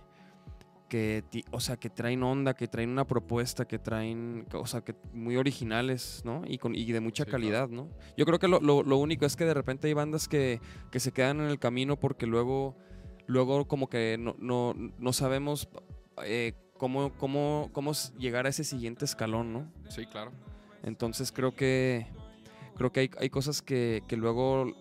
Speaker 3: que ti- o sea, que traen onda, que traen una propuesta, que traen. O sea, que muy originales, ¿no? Y, con, y de mucha
Speaker 5: Sí, claro.
Speaker 3: calidad, ¿no? Yo creo que lo, lo- lo único es que de repente hay bandas que, que se quedan en el camino porque luego. Luego, como que no, no, no sabemos eh, cómo, cómo, cómo s- llegar a ese siguiente escalón, ¿no?
Speaker 5: Sí, claro.
Speaker 3: Entonces creo que creo que hay, hay cosas que, que luego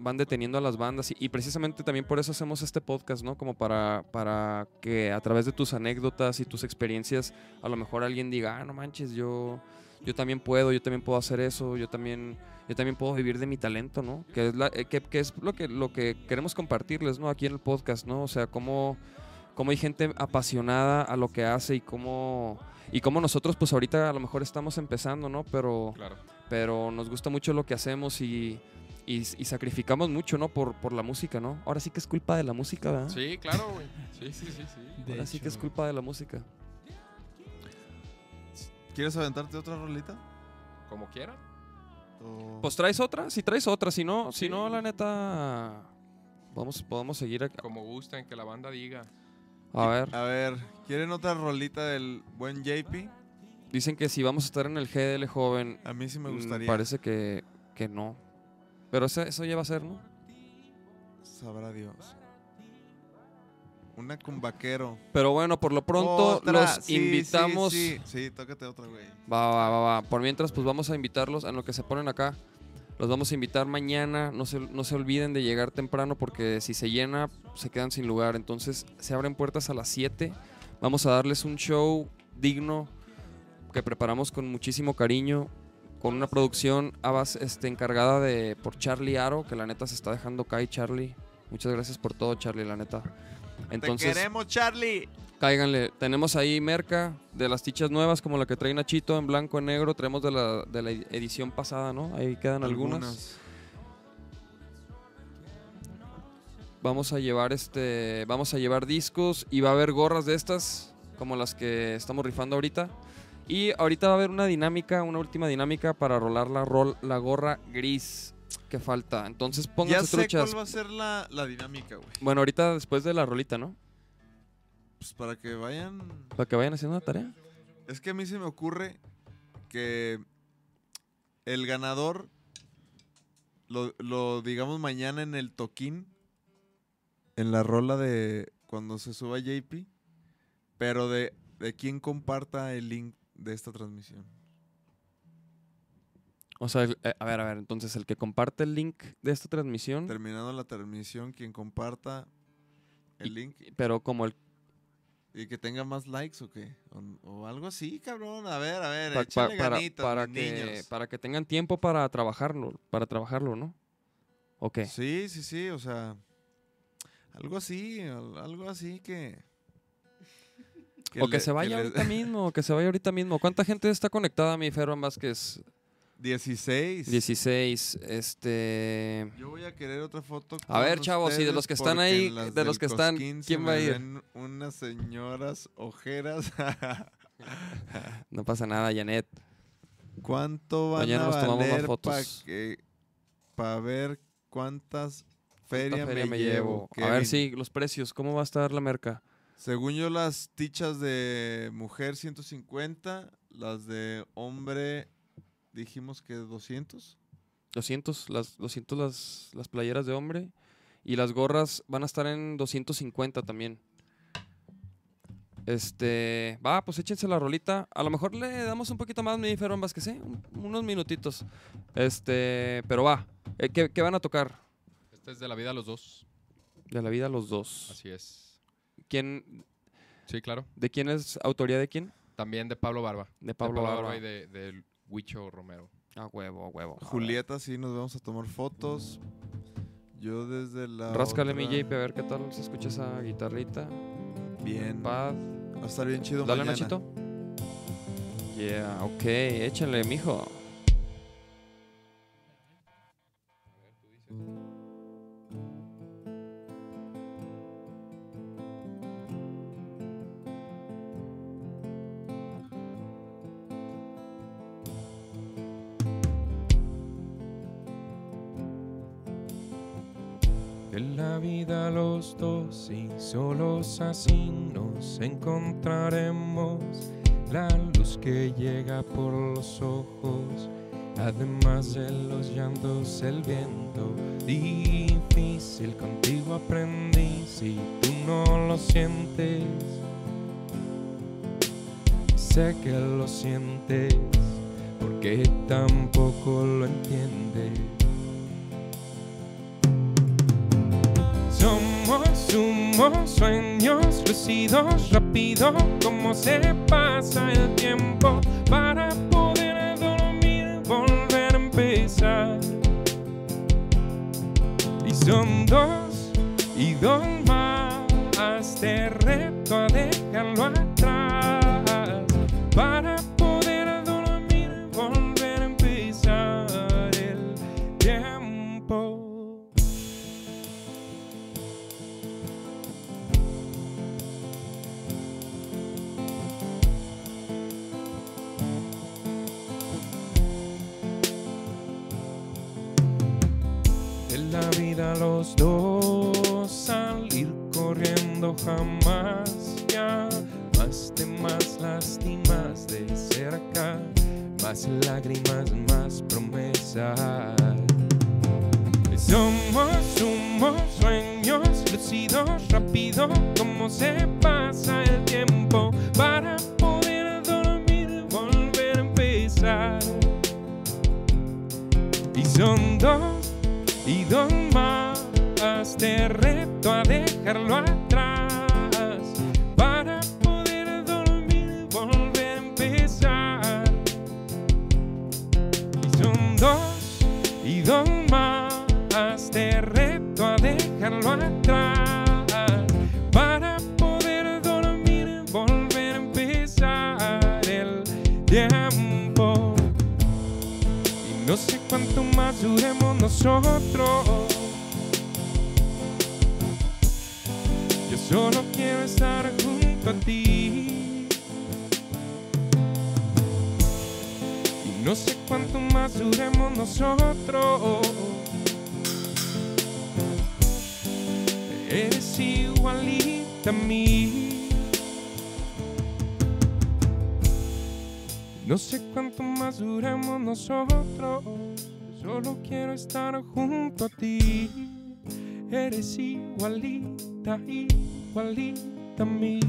Speaker 3: van deteniendo a las bandas y, y precisamente también por eso hacemos este podcast, ¿no? Como para, para que a través de tus anécdotas y tus experiencias a lo mejor alguien diga, ah, no manches, yo, yo también puedo, yo también puedo hacer eso, yo también, yo también puedo vivir de mi talento, ¿no? Que es, la, eh, que, que es lo, que, lo que queremos compartirles, ¿no? Aquí en el podcast, ¿no? O sea, cómo, cómo hay gente apasionada a lo que hace y cómo, y cómo nosotros pues ahorita a lo mejor estamos empezando, ¿no? Pero
Speaker 5: Claro.
Speaker 3: pero nos gusta mucho lo que hacemos y, y- y sacrificamos mucho, ¿no? Por, por la música, ¿no? Ahora sí que es culpa de la música, ¿verdad?
Speaker 5: Sí, claro, güey. Sí, sí, sí, sí.
Speaker 4: De
Speaker 3: Ahora sí que es
Speaker 4: hecho.
Speaker 3: culpa de la música.
Speaker 2: ¿Quieres aventarte otra rolita?
Speaker 5: Como quieran.
Speaker 2: O-
Speaker 3: Pues traes otra, si traes otra, si no, si
Speaker 5: Sí.
Speaker 3: no, la neta, vamos, podemos seguir ac-
Speaker 5: Como gusten, que la banda diga.
Speaker 3: A ver,
Speaker 2: A ver, ¿quieren otra rolita del buen JP?
Speaker 3: dicen que si vamos a estar en el GDL joven,
Speaker 2: A mí sí me
Speaker 3: mm,
Speaker 2: gustaría.
Speaker 3: parece que, que no. Pero eso, eso ya va a ser, ¿no?
Speaker 2: Sabrá Dios. Una con vaquero.
Speaker 3: Pero bueno, por lo pronto
Speaker 2: Otra,
Speaker 3: los
Speaker 2: sí, sí,
Speaker 3: invitamos.
Speaker 2: Sí, sí, tócate otra, güey.
Speaker 3: Va, va, va, va. Por mientras, pues vamos a invitarlos en lo que se ponen acá. Los vamos a invitar mañana. No se, no se olviden de llegar temprano porque si se llena, se quedan sin lugar. Entonces, se abren puertas a las 7. Vamos a darles un show digno que preparamos con muchísimo cariño. Con una producción a base- este, encargada de, por Charlie Aro, que la neta se está dejando caer, Charlie. Muchas gracias por todo, Charlie, la neta.
Speaker 2: Te queremos, Charlie.
Speaker 3: Cáiganle, tenemos ahí merca de las tichas nuevas como la que trae Nachito en blanco en negro, traemos de la, de la edición pasada, ¿no? Ahí quedan algunas. Vamos a llevar este, vamos a llevar discos y va a haber gorras de estas como las que estamos rifando ahorita. Y ahorita va a haber una dinámica, una última dinámica para rolar la rol, la gorra gris que falta. Entonces
Speaker 2: Ya
Speaker 3: pónganse
Speaker 2: sé
Speaker 3: truchas.
Speaker 2: cuál va a ser la, la dinámica, güey.
Speaker 3: Bueno, ahorita después de la rolita, ¿no?
Speaker 2: Pues para que vayan.
Speaker 3: Para que vayan haciendo la tarea.
Speaker 2: Es que a mí se me ocurre que el ganador lo, lo digamos mañana en el toquín, en la rola de cuando se suba JP, pero de, de quién comparta el link de esta transmisión.
Speaker 3: O sea, el- eh, a ver, a ver, entonces el que comparte el link de esta transmisión
Speaker 2: Terminando la transmisión, quien comparta el link
Speaker 3: Pero como el
Speaker 2: y que tenga más likes o qué, o, o algo así, cabrón. A ver, a ver,
Speaker 3: pa- pa-
Speaker 2: échenle
Speaker 3: para,
Speaker 2: ganitas,
Speaker 3: para
Speaker 2: mis
Speaker 3: que
Speaker 2: niños.
Speaker 3: para que tengan tiempo para trabajarlo, para trabajarlo, ¿no? ¿O qué?
Speaker 2: Sí, sí, sí, o sea, algo así, al- algo así que...
Speaker 3: o que
Speaker 2: le-
Speaker 3: se vaya
Speaker 2: le-
Speaker 3: ahorita mismo, o que se vaya ahorita mismo. ¿Cuánta gente está conectada, mi Ferro Vázquez?
Speaker 2: 16.
Speaker 3: 16. Este.
Speaker 2: Yo voy a querer otra foto.
Speaker 3: A ver,
Speaker 2: con
Speaker 3: chavos, y de los
Speaker 2: ustedes
Speaker 3: que están
Speaker 2: porque
Speaker 3: ahí,
Speaker 2: en las
Speaker 3: de los
Speaker 2: del
Speaker 3: que están,
Speaker 2: Cosquín se
Speaker 3: ¿quién
Speaker 2: me
Speaker 3: va a ir?
Speaker 2: ven Unas señoras ojeras.
Speaker 3: No pasa nada, Janet.
Speaker 2: ¿Cuánto van
Speaker 3: Mañana
Speaker 2: a
Speaker 3: nos tomamos más
Speaker 2: valer para
Speaker 3: fotos.
Speaker 2: ver cuántas
Speaker 3: ¿Cuánta
Speaker 2: ferias
Speaker 3: feria
Speaker 2: me, llevo?
Speaker 3: A ver,
Speaker 2: Kevin?
Speaker 3: sí, los precios. ¿Cómo va a estar la merca?
Speaker 2: Según yo, las tichas de mujer 150, las de hombre dijimos que 200.
Speaker 3: 200, las, 200 las, las playeras de hombre. Y las gorras van a estar en 250 también. Este. Va, pues échense la rolita. A lo mejor le damos un poquito más, mi Ferón Vázquez, ¿eh? Un- unos minutitos. Este. Pero va. Eh, ¿Qué, qué van a tocar?
Speaker 5: Esta Este es de la vida a los dos.
Speaker 3: De la vida los dos.
Speaker 5: Así es.
Speaker 3: ¿Quién,
Speaker 5: Sí, claro.
Speaker 3: ¿De quién es autoría de quién?
Speaker 5: También de Pablo Barba.
Speaker 3: De Pablo,
Speaker 5: de Pablo
Speaker 3: Barba.
Speaker 5: y de, de Huicho Romero.
Speaker 3: A huevo, a huevo. A
Speaker 2: Julieta, sí, nos vamos a tomar fotos. Yo desde la.
Speaker 3: ver. Mm. Ráscale mi
Speaker 2: otra-
Speaker 3: JP a ver qué tal se escucha esa guitarrita.
Speaker 2: Bien. Va
Speaker 3: Pad.
Speaker 2: a estar bien chido.
Speaker 3: Dale,
Speaker 2: mañana.
Speaker 3: Nachito. Yeah, ok, échale, mijo.
Speaker 7: De la vida los dos y solos así nos encontraremos. La luz que llega por los ojos, además de los llantos, el viento. Difícil contigo aprendí si tú no lo sientes. Sé que lo sientes, porque tampoco lo entiendes. Somos humos, sueños lucidos, rápido como se pasa el tiempo para poder dormir, volver a empezar. Y son dos y dos más de a los dos salir corriendo jamás. Ya más te más lastimas de cerca, más lágrimas, más promesas. Somos humos, sueños lucidos, rápido como se pasa el tiempo para poder dormir, volver a empezar. Y son dos y dos más, te reto a dejarlo atrás para poder dormir, volver a empezar. Y son dos y dos más te reto a dejarlo atrás para poder dormir volver a empezar el tiempo y no sé cuánto más duremos nosotros yo solo quiero estar junto a ti y no sé cuánto más duremos nosotros Eres igualita a mí. No sé cuánto más duramos nosotros. Solo quiero estar junto a ti. Eres igualita, igualita a mí.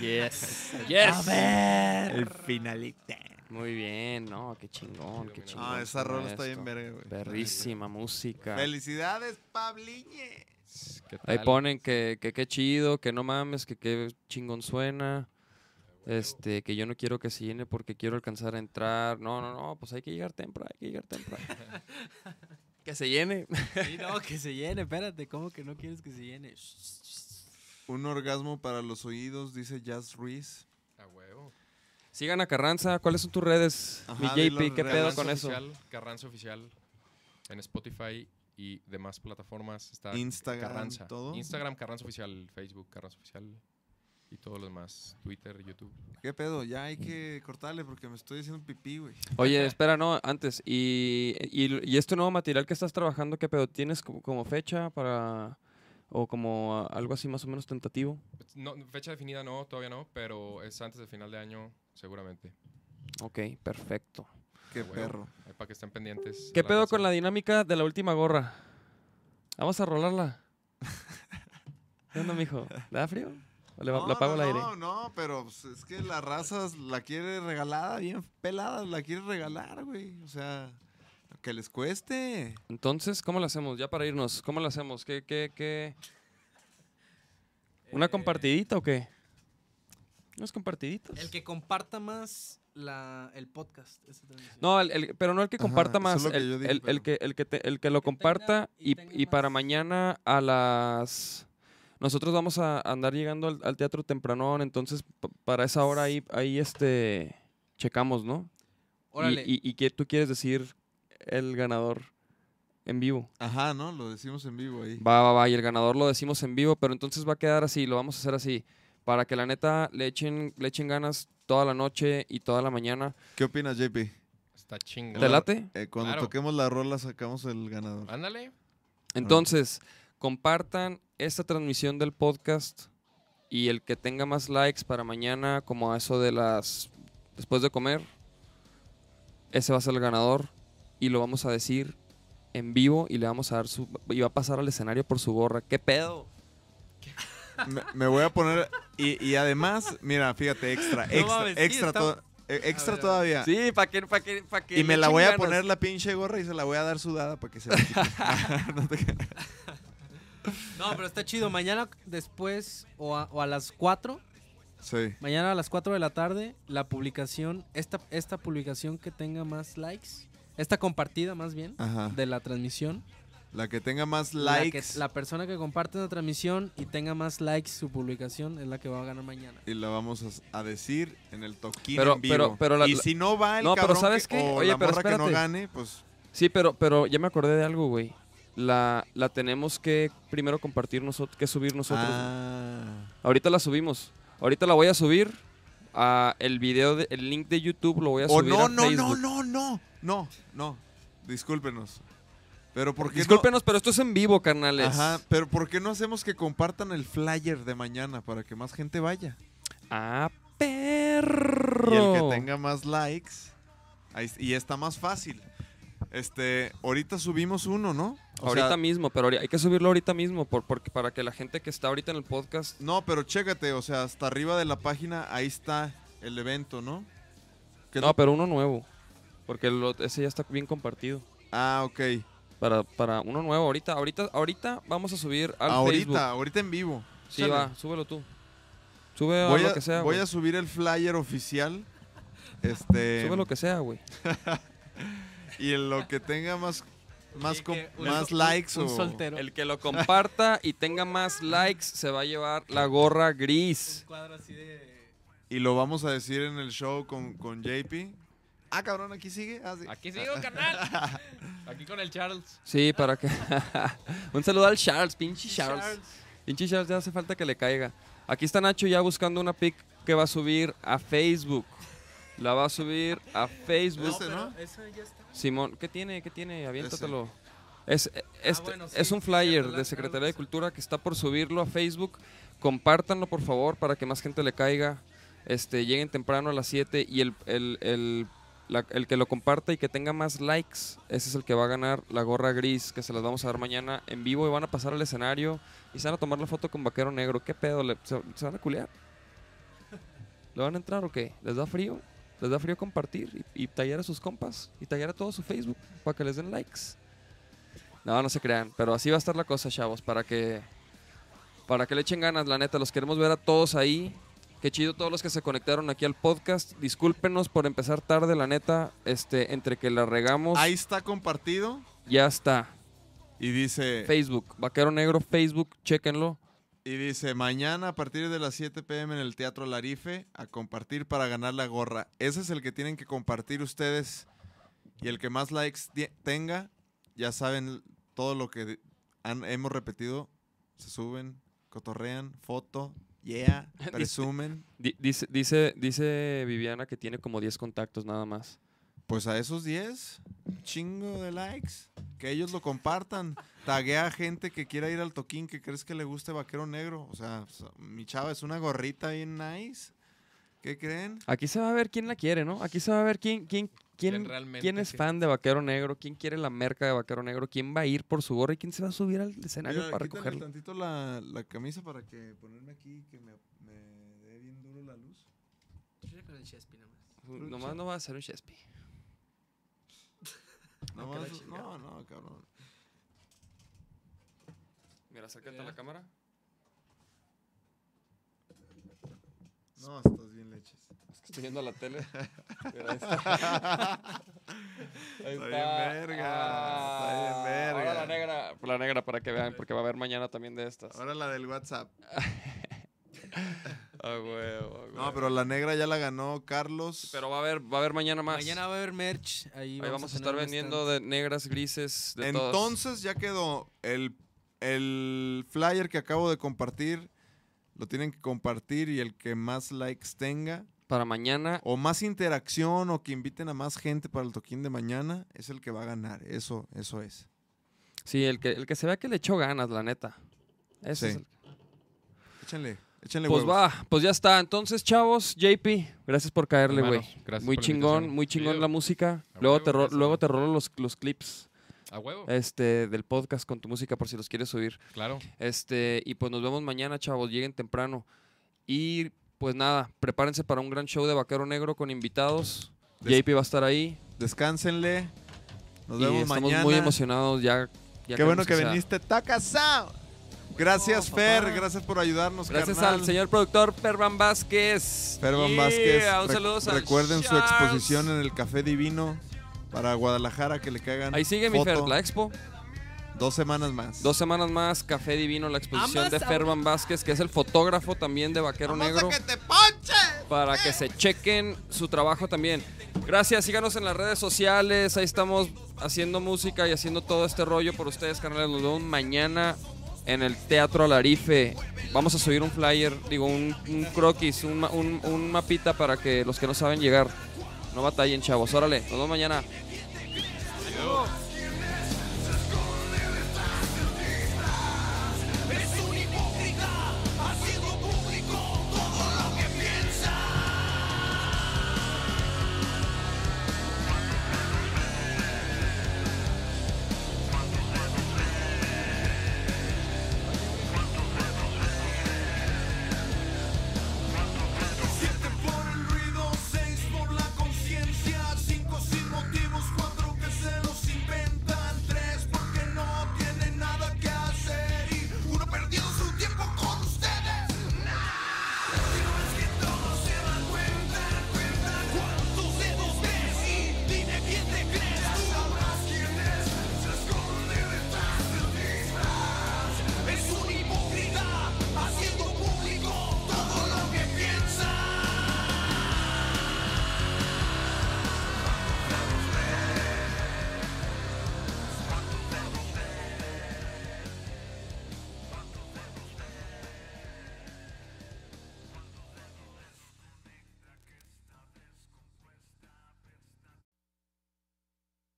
Speaker 3: Yes. Yes.
Speaker 8: El finalita.
Speaker 3: Muy bien, no, qué chingón, qué chingón.
Speaker 2: Ah, esa
Speaker 3: suena
Speaker 2: rola está bien
Speaker 3: esto.
Speaker 2: verga, güey.
Speaker 3: Perrísima música.
Speaker 2: Felicidades, Pabliñe.
Speaker 5: ¿Qué
Speaker 3: Ahí
Speaker 5: tal?
Speaker 3: ponen que que qué chido, que no mames, que qué chingón suena. Este, que yo no quiero que se llene porque quiero alcanzar a entrar. No, no, no, pues hay que llegar temprano, hay que llegar temprano. que se llene.
Speaker 4: Sí, no, que se llene, espérate, ¿cómo que no quieres que se llene?
Speaker 2: Un orgasmo para los oídos, dice Jazz Ruiz.
Speaker 5: A huevo.
Speaker 3: Sigan a Carranza, ¿cuáles son tus redes?
Speaker 2: Ajá,
Speaker 3: Mi
Speaker 2: dilo,
Speaker 3: JP, ¿qué pedo
Speaker 2: Carranza
Speaker 3: con eso?
Speaker 5: Oficial, Carranza Oficial en Spotify y demás plataformas. Está
Speaker 2: Instagram,
Speaker 5: Carranza.
Speaker 2: todo.
Speaker 5: Instagram, Carranza Oficial, Facebook, Carranza Oficial y todos los demás. Twitter, YouTube.
Speaker 2: ¿Qué pedo? Ya hay que cortarle porque me estoy diciendo pipí, güey.
Speaker 3: Oye, espera, no, antes. Y, y, y este nuevo material que estás trabajando, ¿qué pedo? ¿Tienes como, como fecha para.? O como ah, algo así más o menos tentativo.
Speaker 5: Pues, No, fecha definida no, todavía no, pero es antes del final de año seguramente.
Speaker 3: Ok, perfecto.
Speaker 2: Qué
Speaker 5: huevo.
Speaker 2: perro.
Speaker 5: Ahí para que estén pendientes.
Speaker 3: ¿Qué
Speaker 5: a
Speaker 3: pedo
Speaker 5: raza.
Speaker 3: con la dinámica de la última gorra? Vamos a rolarla. ¿Qué onda, mijo? ¿Le da frío? ¿O le, va- le apago
Speaker 2: no,
Speaker 3: el aire?
Speaker 2: No, no, pero pues, es que la raza la quiere regalada, bien pelada, la quiere regalar, güey. O sea, que les cueste.
Speaker 3: Entonces, ¿cómo la hacemos? Ya para irnos, ¿cómo la hacemos? ¿Qué, qué, qué?
Speaker 2: Eh.
Speaker 3: ¿Una compartidita o qué? Unas compartiditas.
Speaker 4: El que comparta más la, el podcast. esa transmisión.
Speaker 3: No, el- el- pero no el que
Speaker 2: Ajá,
Speaker 3: comparta
Speaker 2: eso
Speaker 3: más,
Speaker 2: es lo que
Speaker 3: el,
Speaker 2: yo dije,
Speaker 3: el- el
Speaker 2: pero-
Speaker 3: que, el, que te- el que lo
Speaker 4: que tenga-
Speaker 3: comparta
Speaker 4: y
Speaker 3: y,
Speaker 4: tenga
Speaker 3: y para
Speaker 4: más.
Speaker 3: mañana a las... Nosotros vamos a andar llegando al, al teatro tempranón, entonces p- para esa hora ahí, ahí este, checamos, ¿no? Y-
Speaker 4: Órale,
Speaker 3: Y, y, que tú quieres decir el ganador en vivo.
Speaker 2: Ajá, ¿no? Lo decimos en vivo ahí.
Speaker 3: Va, va, va, y el ganador lo decimos en vivo, pero entonces va a quedar así, lo vamos a hacer así, para que la neta le echen, le echen ganas toda la noche y toda la mañana.
Speaker 2: ¿Qué opinas, JP?
Speaker 5: Está chingón.
Speaker 3: ¿Te late?
Speaker 2: Eh, cuando
Speaker 5: Claro.
Speaker 2: toquemos la rola sacamos el ganador.
Speaker 5: Ándale.
Speaker 3: Entonces, compartan esta transmisión del podcast y el que tenga más likes para mañana, como a eso de las después de comer, ese va a ser el ganador y lo vamos a decir en vivo y le vamos a dar su y va a pasar al escenario por su gorra. ¿Qué pedo?
Speaker 2: Me, me voy a poner... Y, y además, mira, fíjate, extra, extra,
Speaker 4: mames, sí,
Speaker 2: extra,
Speaker 4: está-
Speaker 2: to- eh, extra
Speaker 4: ver, a ver.
Speaker 2: todavía.
Speaker 3: Sí, para que para que para que
Speaker 2: Y me
Speaker 3: le
Speaker 2: la
Speaker 3: echen
Speaker 2: voy a
Speaker 3: ganas.
Speaker 2: poner la pinche gorra y se la voy a dar sudada para que se la quite. No te creas.
Speaker 4: No, pero está chido. Mañana después o a, o a las 4,
Speaker 2: Sí.
Speaker 4: mañana a las 4 de la tarde, la publicación, esta, esta publicación que tenga más likes, esta compartida más bien
Speaker 2: Ajá.
Speaker 4: de la transmisión.
Speaker 2: La que tenga más
Speaker 4: la
Speaker 2: Ah.
Speaker 4: que-
Speaker 2: likes
Speaker 4: La, persona que comparte la transmisión y tenga más likes su publicación es la que va a ganar mañana.
Speaker 2: y la vamos a, a decir en el toquín
Speaker 3: Pero-
Speaker 2: en vivo.
Speaker 3: pero- pero la-
Speaker 2: y
Speaker 3: la-
Speaker 2: si no va el
Speaker 3: No, pero
Speaker 2: cabrón
Speaker 3: ¿sabes
Speaker 2: que-
Speaker 3: qué?
Speaker 2: o
Speaker 3: Oye,
Speaker 2: la
Speaker 3: pero
Speaker 2: morra que no
Speaker 3: espérate.
Speaker 2: gane, pues
Speaker 3: Sí, pero, pero ya me acordé de algo, güey. La, la tenemos que primero compartir nosotros, que subir nosotros. güey.
Speaker 2: ah,
Speaker 3: Ahorita la subimos. Ahorita la voy a subir a el video, de- el link de YouTube lo voy a
Speaker 2: o
Speaker 3: subir
Speaker 2: no, no,
Speaker 3: a
Speaker 2: no,
Speaker 3: Facebook.
Speaker 2: no, no, no, no. Discúlpenos. Pero por qué no-
Speaker 3: Discúlpenos, pero esto es en vivo, carnales.
Speaker 2: Ajá, pero ¿por qué no hacemos que compartan el flyer de mañana para que más gente vaya?
Speaker 3: Ah,
Speaker 2: Y el
Speaker 3: perro.
Speaker 2: que tenga más likes. ahí es- y está más fácil. Este, ahorita subimos uno, ¿no? O sea,
Speaker 3: ahorita mismo, pero ahori- hay que subirlo ahorita mismo por, porque para que la gente que está ahorita en el podcast
Speaker 2: no, pero chécate, o sea, hasta arriba de la página ahí está el evento, ¿no? Que
Speaker 3: No, pero uno nuevo. Porque el ot- ese ya está bien compartido.
Speaker 2: Ah, ok.
Speaker 3: Para, para uno nuevo, ahorita, ahorita, ahorita vamos a subir al
Speaker 2: ahorita,
Speaker 3: Facebook.
Speaker 2: ahorita en vivo.
Speaker 3: Sí,
Speaker 2: Chale.
Speaker 3: va, súbelo tú. Sube a
Speaker 2: Voy,
Speaker 3: Ah, lo
Speaker 2: a,
Speaker 3: que sea,
Speaker 2: voy
Speaker 3: güey.
Speaker 2: a subir el flyer oficial. Este.
Speaker 3: Sube lo que sea, güey.
Speaker 2: Y en lo que tenga más, más,
Speaker 4: Y
Speaker 2: com-
Speaker 4: que un-
Speaker 2: más
Speaker 4: un-
Speaker 2: likes
Speaker 4: un,
Speaker 2: o.
Speaker 4: soltero.
Speaker 3: El que lo comparta y tenga más likes se va a llevar la gorra gris.
Speaker 4: cuadro así de...
Speaker 2: Y lo vamos a decir en el show con, con JP. Ah, cabrón, aquí sigue. Ah, sí.
Speaker 5: Aquí sigo, canal. Aquí con el Charles.
Speaker 3: Sí, para que. Un saludo al Charles, pinche Charles. Pinche Charles, ya hace falta que le caiga. Aquí está Nacho ya buscando una pic que va a subir a Facebook. La va a subir a Facebook.
Speaker 2: Este, ¿no?
Speaker 4: Eso ya está.
Speaker 3: Simón, ¿qué tiene? ¿Qué tiene? Aviéntatelo. Es, eh, este-
Speaker 4: Ah, bueno, sí,
Speaker 3: es un
Speaker 4: sí,
Speaker 3: flyer
Speaker 4: cierto, la-
Speaker 3: de Secretaría de Cultura que está por subirlo a Facebook. Compártanlo, por favor, para que más gente le caiga. Este, lleguen temprano a las 7 y el, el- el- la- el que lo comparta y que tenga más likes, ese es el que va a ganar la gorra gris que se las vamos a dar mañana en vivo y van a pasar al escenario y se van a tomar la foto con Vaquero Negro. ¿Qué pedo? ¿Le- se, se van a culear? ¿Le van a entrar o qué? ¿Les da frío? ¿Les da frío compartir y, y tallar a sus compas? ¿Y tallar a todo su Facebook para que les den likes? No, no se crean, pero así va a estar la cosa, chavos, para que para que le echen ganas, la neta, los queremos ver a todos ahí. Qué chido todos los que se conectaron aquí al podcast. Discúlpenos por empezar tarde, la neta, este entre que la regamos,
Speaker 2: Ahí está compartido.
Speaker 3: ya está.
Speaker 2: Y dice,
Speaker 3: Facebook, Vaquero Negro Facebook, chéquenlo.
Speaker 2: y dice, mañana a partir de las 7 pm en el Teatro Larife a compartir para ganar la gorra. Ese es el que tienen que compartir ustedes. Y el que más likes tie- tenga, ya saben todo lo que de- han- hemos repetido. Se suben, cotorrean, foto, yeah, presumen.
Speaker 3: Di- dice dice dice Viviana que tiene como 10 contactos nada más.
Speaker 2: Pues a esos 10, chingo de likes. Que ellos lo compartan. Taguea a gente que quiera ir al toquín, que crees que le guste Vaquero Negro. O sea, so- mi chava es una gorrita bien nice. ¿Qué creen?
Speaker 3: Aquí se va a ver quién la quiere, ¿no? Aquí se va a ver quién quién quién
Speaker 5: ¿Quién realmente
Speaker 3: quién es
Speaker 5: quiere?
Speaker 3: fan de Vaquero Negro, quién quiere la merca de Vaquero Negro, quién va a ir por su gorra y quién se va a subir al escenario
Speaker 2: Mira,
Speaker 3: para
Speaker 2: quítale
Speaker 3: recogerla.
Speaker 2: tantito la, la camisa para que ponerme aquí que me, me dé bien duro la luz.
Speaker 3: Nomás no va a ser un Shespi.
Speaker 2: No, más- no, no, cabrón.
Speaker 3: Mira, acércate a la cámara.
Speaker 2: No, estás bien leches.
Speaker 3: Es que estoy viendo la tele. Mira, ahí está. Ahí
Speaker 2: Está bien verga, está bien
Speaker 3: Ah, Ahora
Speaker 2: verga.
Speaker 3: la negra. pues La negra para que vean, porque va a haber mañana también de estas.
Speaker 2: Ahora la del WhatsApp.
Speaker 3: Ah, huevo, ah,
Speaker 2: No,
Speaker 3: huevo.
Speaker 2: pero la negra ya la ganó Carlos.
Speaker 3: Pero va a haber, va a haber mañana más.
Speaker 4: Mañana va a haber merch. Ahí,
Speaker 3: Ahí vamos, a
Speaker 4: tener
Speaker 3: estar
Speaker 4: un
Speaker 3: vendiendo
Speaker 4: stand.
Speaker 3: de negras, grises, de todas.
Speaker 2: Entonces ya quedó el, el flyer que acabo de compartir. Lo tienen que compartir y el que más likes tenga
Speaker 3: Para mañana.
Speaker 2: o más interacción o que inviten a más gente para el toquín de mañana es el que va a ganar. Eso, eso es.
Speaker 3: Sí, el que, el que se vea que le echó ganas, la neta. Ese
Speaker 2: Sí.
Speaker 3: es el-
Speaker 2: Échenle, échenle
Speaker 3: Pues
Speaker 2: huevos.
Speaker 3: va, pues ya está. Entonces, chavos, JP, gracias por caerle, güey.
Speaker 5: Hermanos, gracias
Speaker 3: Muy
Speaker 5: por la
Speaker 3: chingón,
Speaker 5: invitación.
Speaker 3: muy chingón
Speaker 5: Chido.
Speaker 3: la música.
Speaker 5: A
Speaker 3: Luego
Speaker 5: huevo,
Speaker 3: te, ro-
Speaker 5: gracias,
Speaker 3: luego
Speaker 5: güey.
Speaker 3: te rolo los, los clips
Speaker 5: A huevo.
Speaker 3: este, del podcast con tu música por si los quieres subir.
Speaker 5: Claro.
Speaker 3: Este, y pues nos vemos mañana, chavos. Lleguen temprano. Y pues nada, prepárense para un gran show de Vaquero Negro con invitados.
Speaker 2: Des-
Speaker 3: JP va a estar ahí.
Speaker 2: Descánsenle. Nos
Speaker 3: y
Speaker 2: vemos
Speaker 3: estamos
Speaker 2: mañana.
Speaker 3: muy emocionados ya. ya
Speaker 2: Qué bueno
Speaker 3: queremos
Speaker 2: que
Speaker 3: sea.
Speaker 2: viniste. ¡Tacasao! Gracias, Fer. Gracias por ayudarnos.
Speaker 3: Gracias
Speaker 2: carnal.
Speaker 3: al señor productor Pervan Vázquez.
Speaker 2: Ferban
Speaker 3: Yeah,
Speaker 2: Vázquez.
Speaker 3: Un
Speaker 2: Re-
Speaker 3: saludo
Speaker 2: Recuerden su exposición en el Café Divino. Para Guadalajara que le cagan.
Speaker 3: Ahí sigue mi
Speaker 2: foto.
Speaker 3: Fer, la expo.
Speaker 2: Dos semanas más.
Speaker 3: Dos semanas más, Café Divino, la exposición de Ferman Vázquez, que es el fotógrafo también de Vaquero Negro. Para que se chequen su trabajo también. Gracias, síganos en las redes sociales. Ahí estamos haciendo música y haciendo todo este rollo por ustedes, canales. Nos vemos mañana en el Teatro Alarife. Vamos a subir un flyer, digo, un, un croquis, un, ma- un- un mapita para que los que no saben llegar no batallen, chavos. Órale, nos vemos mañana.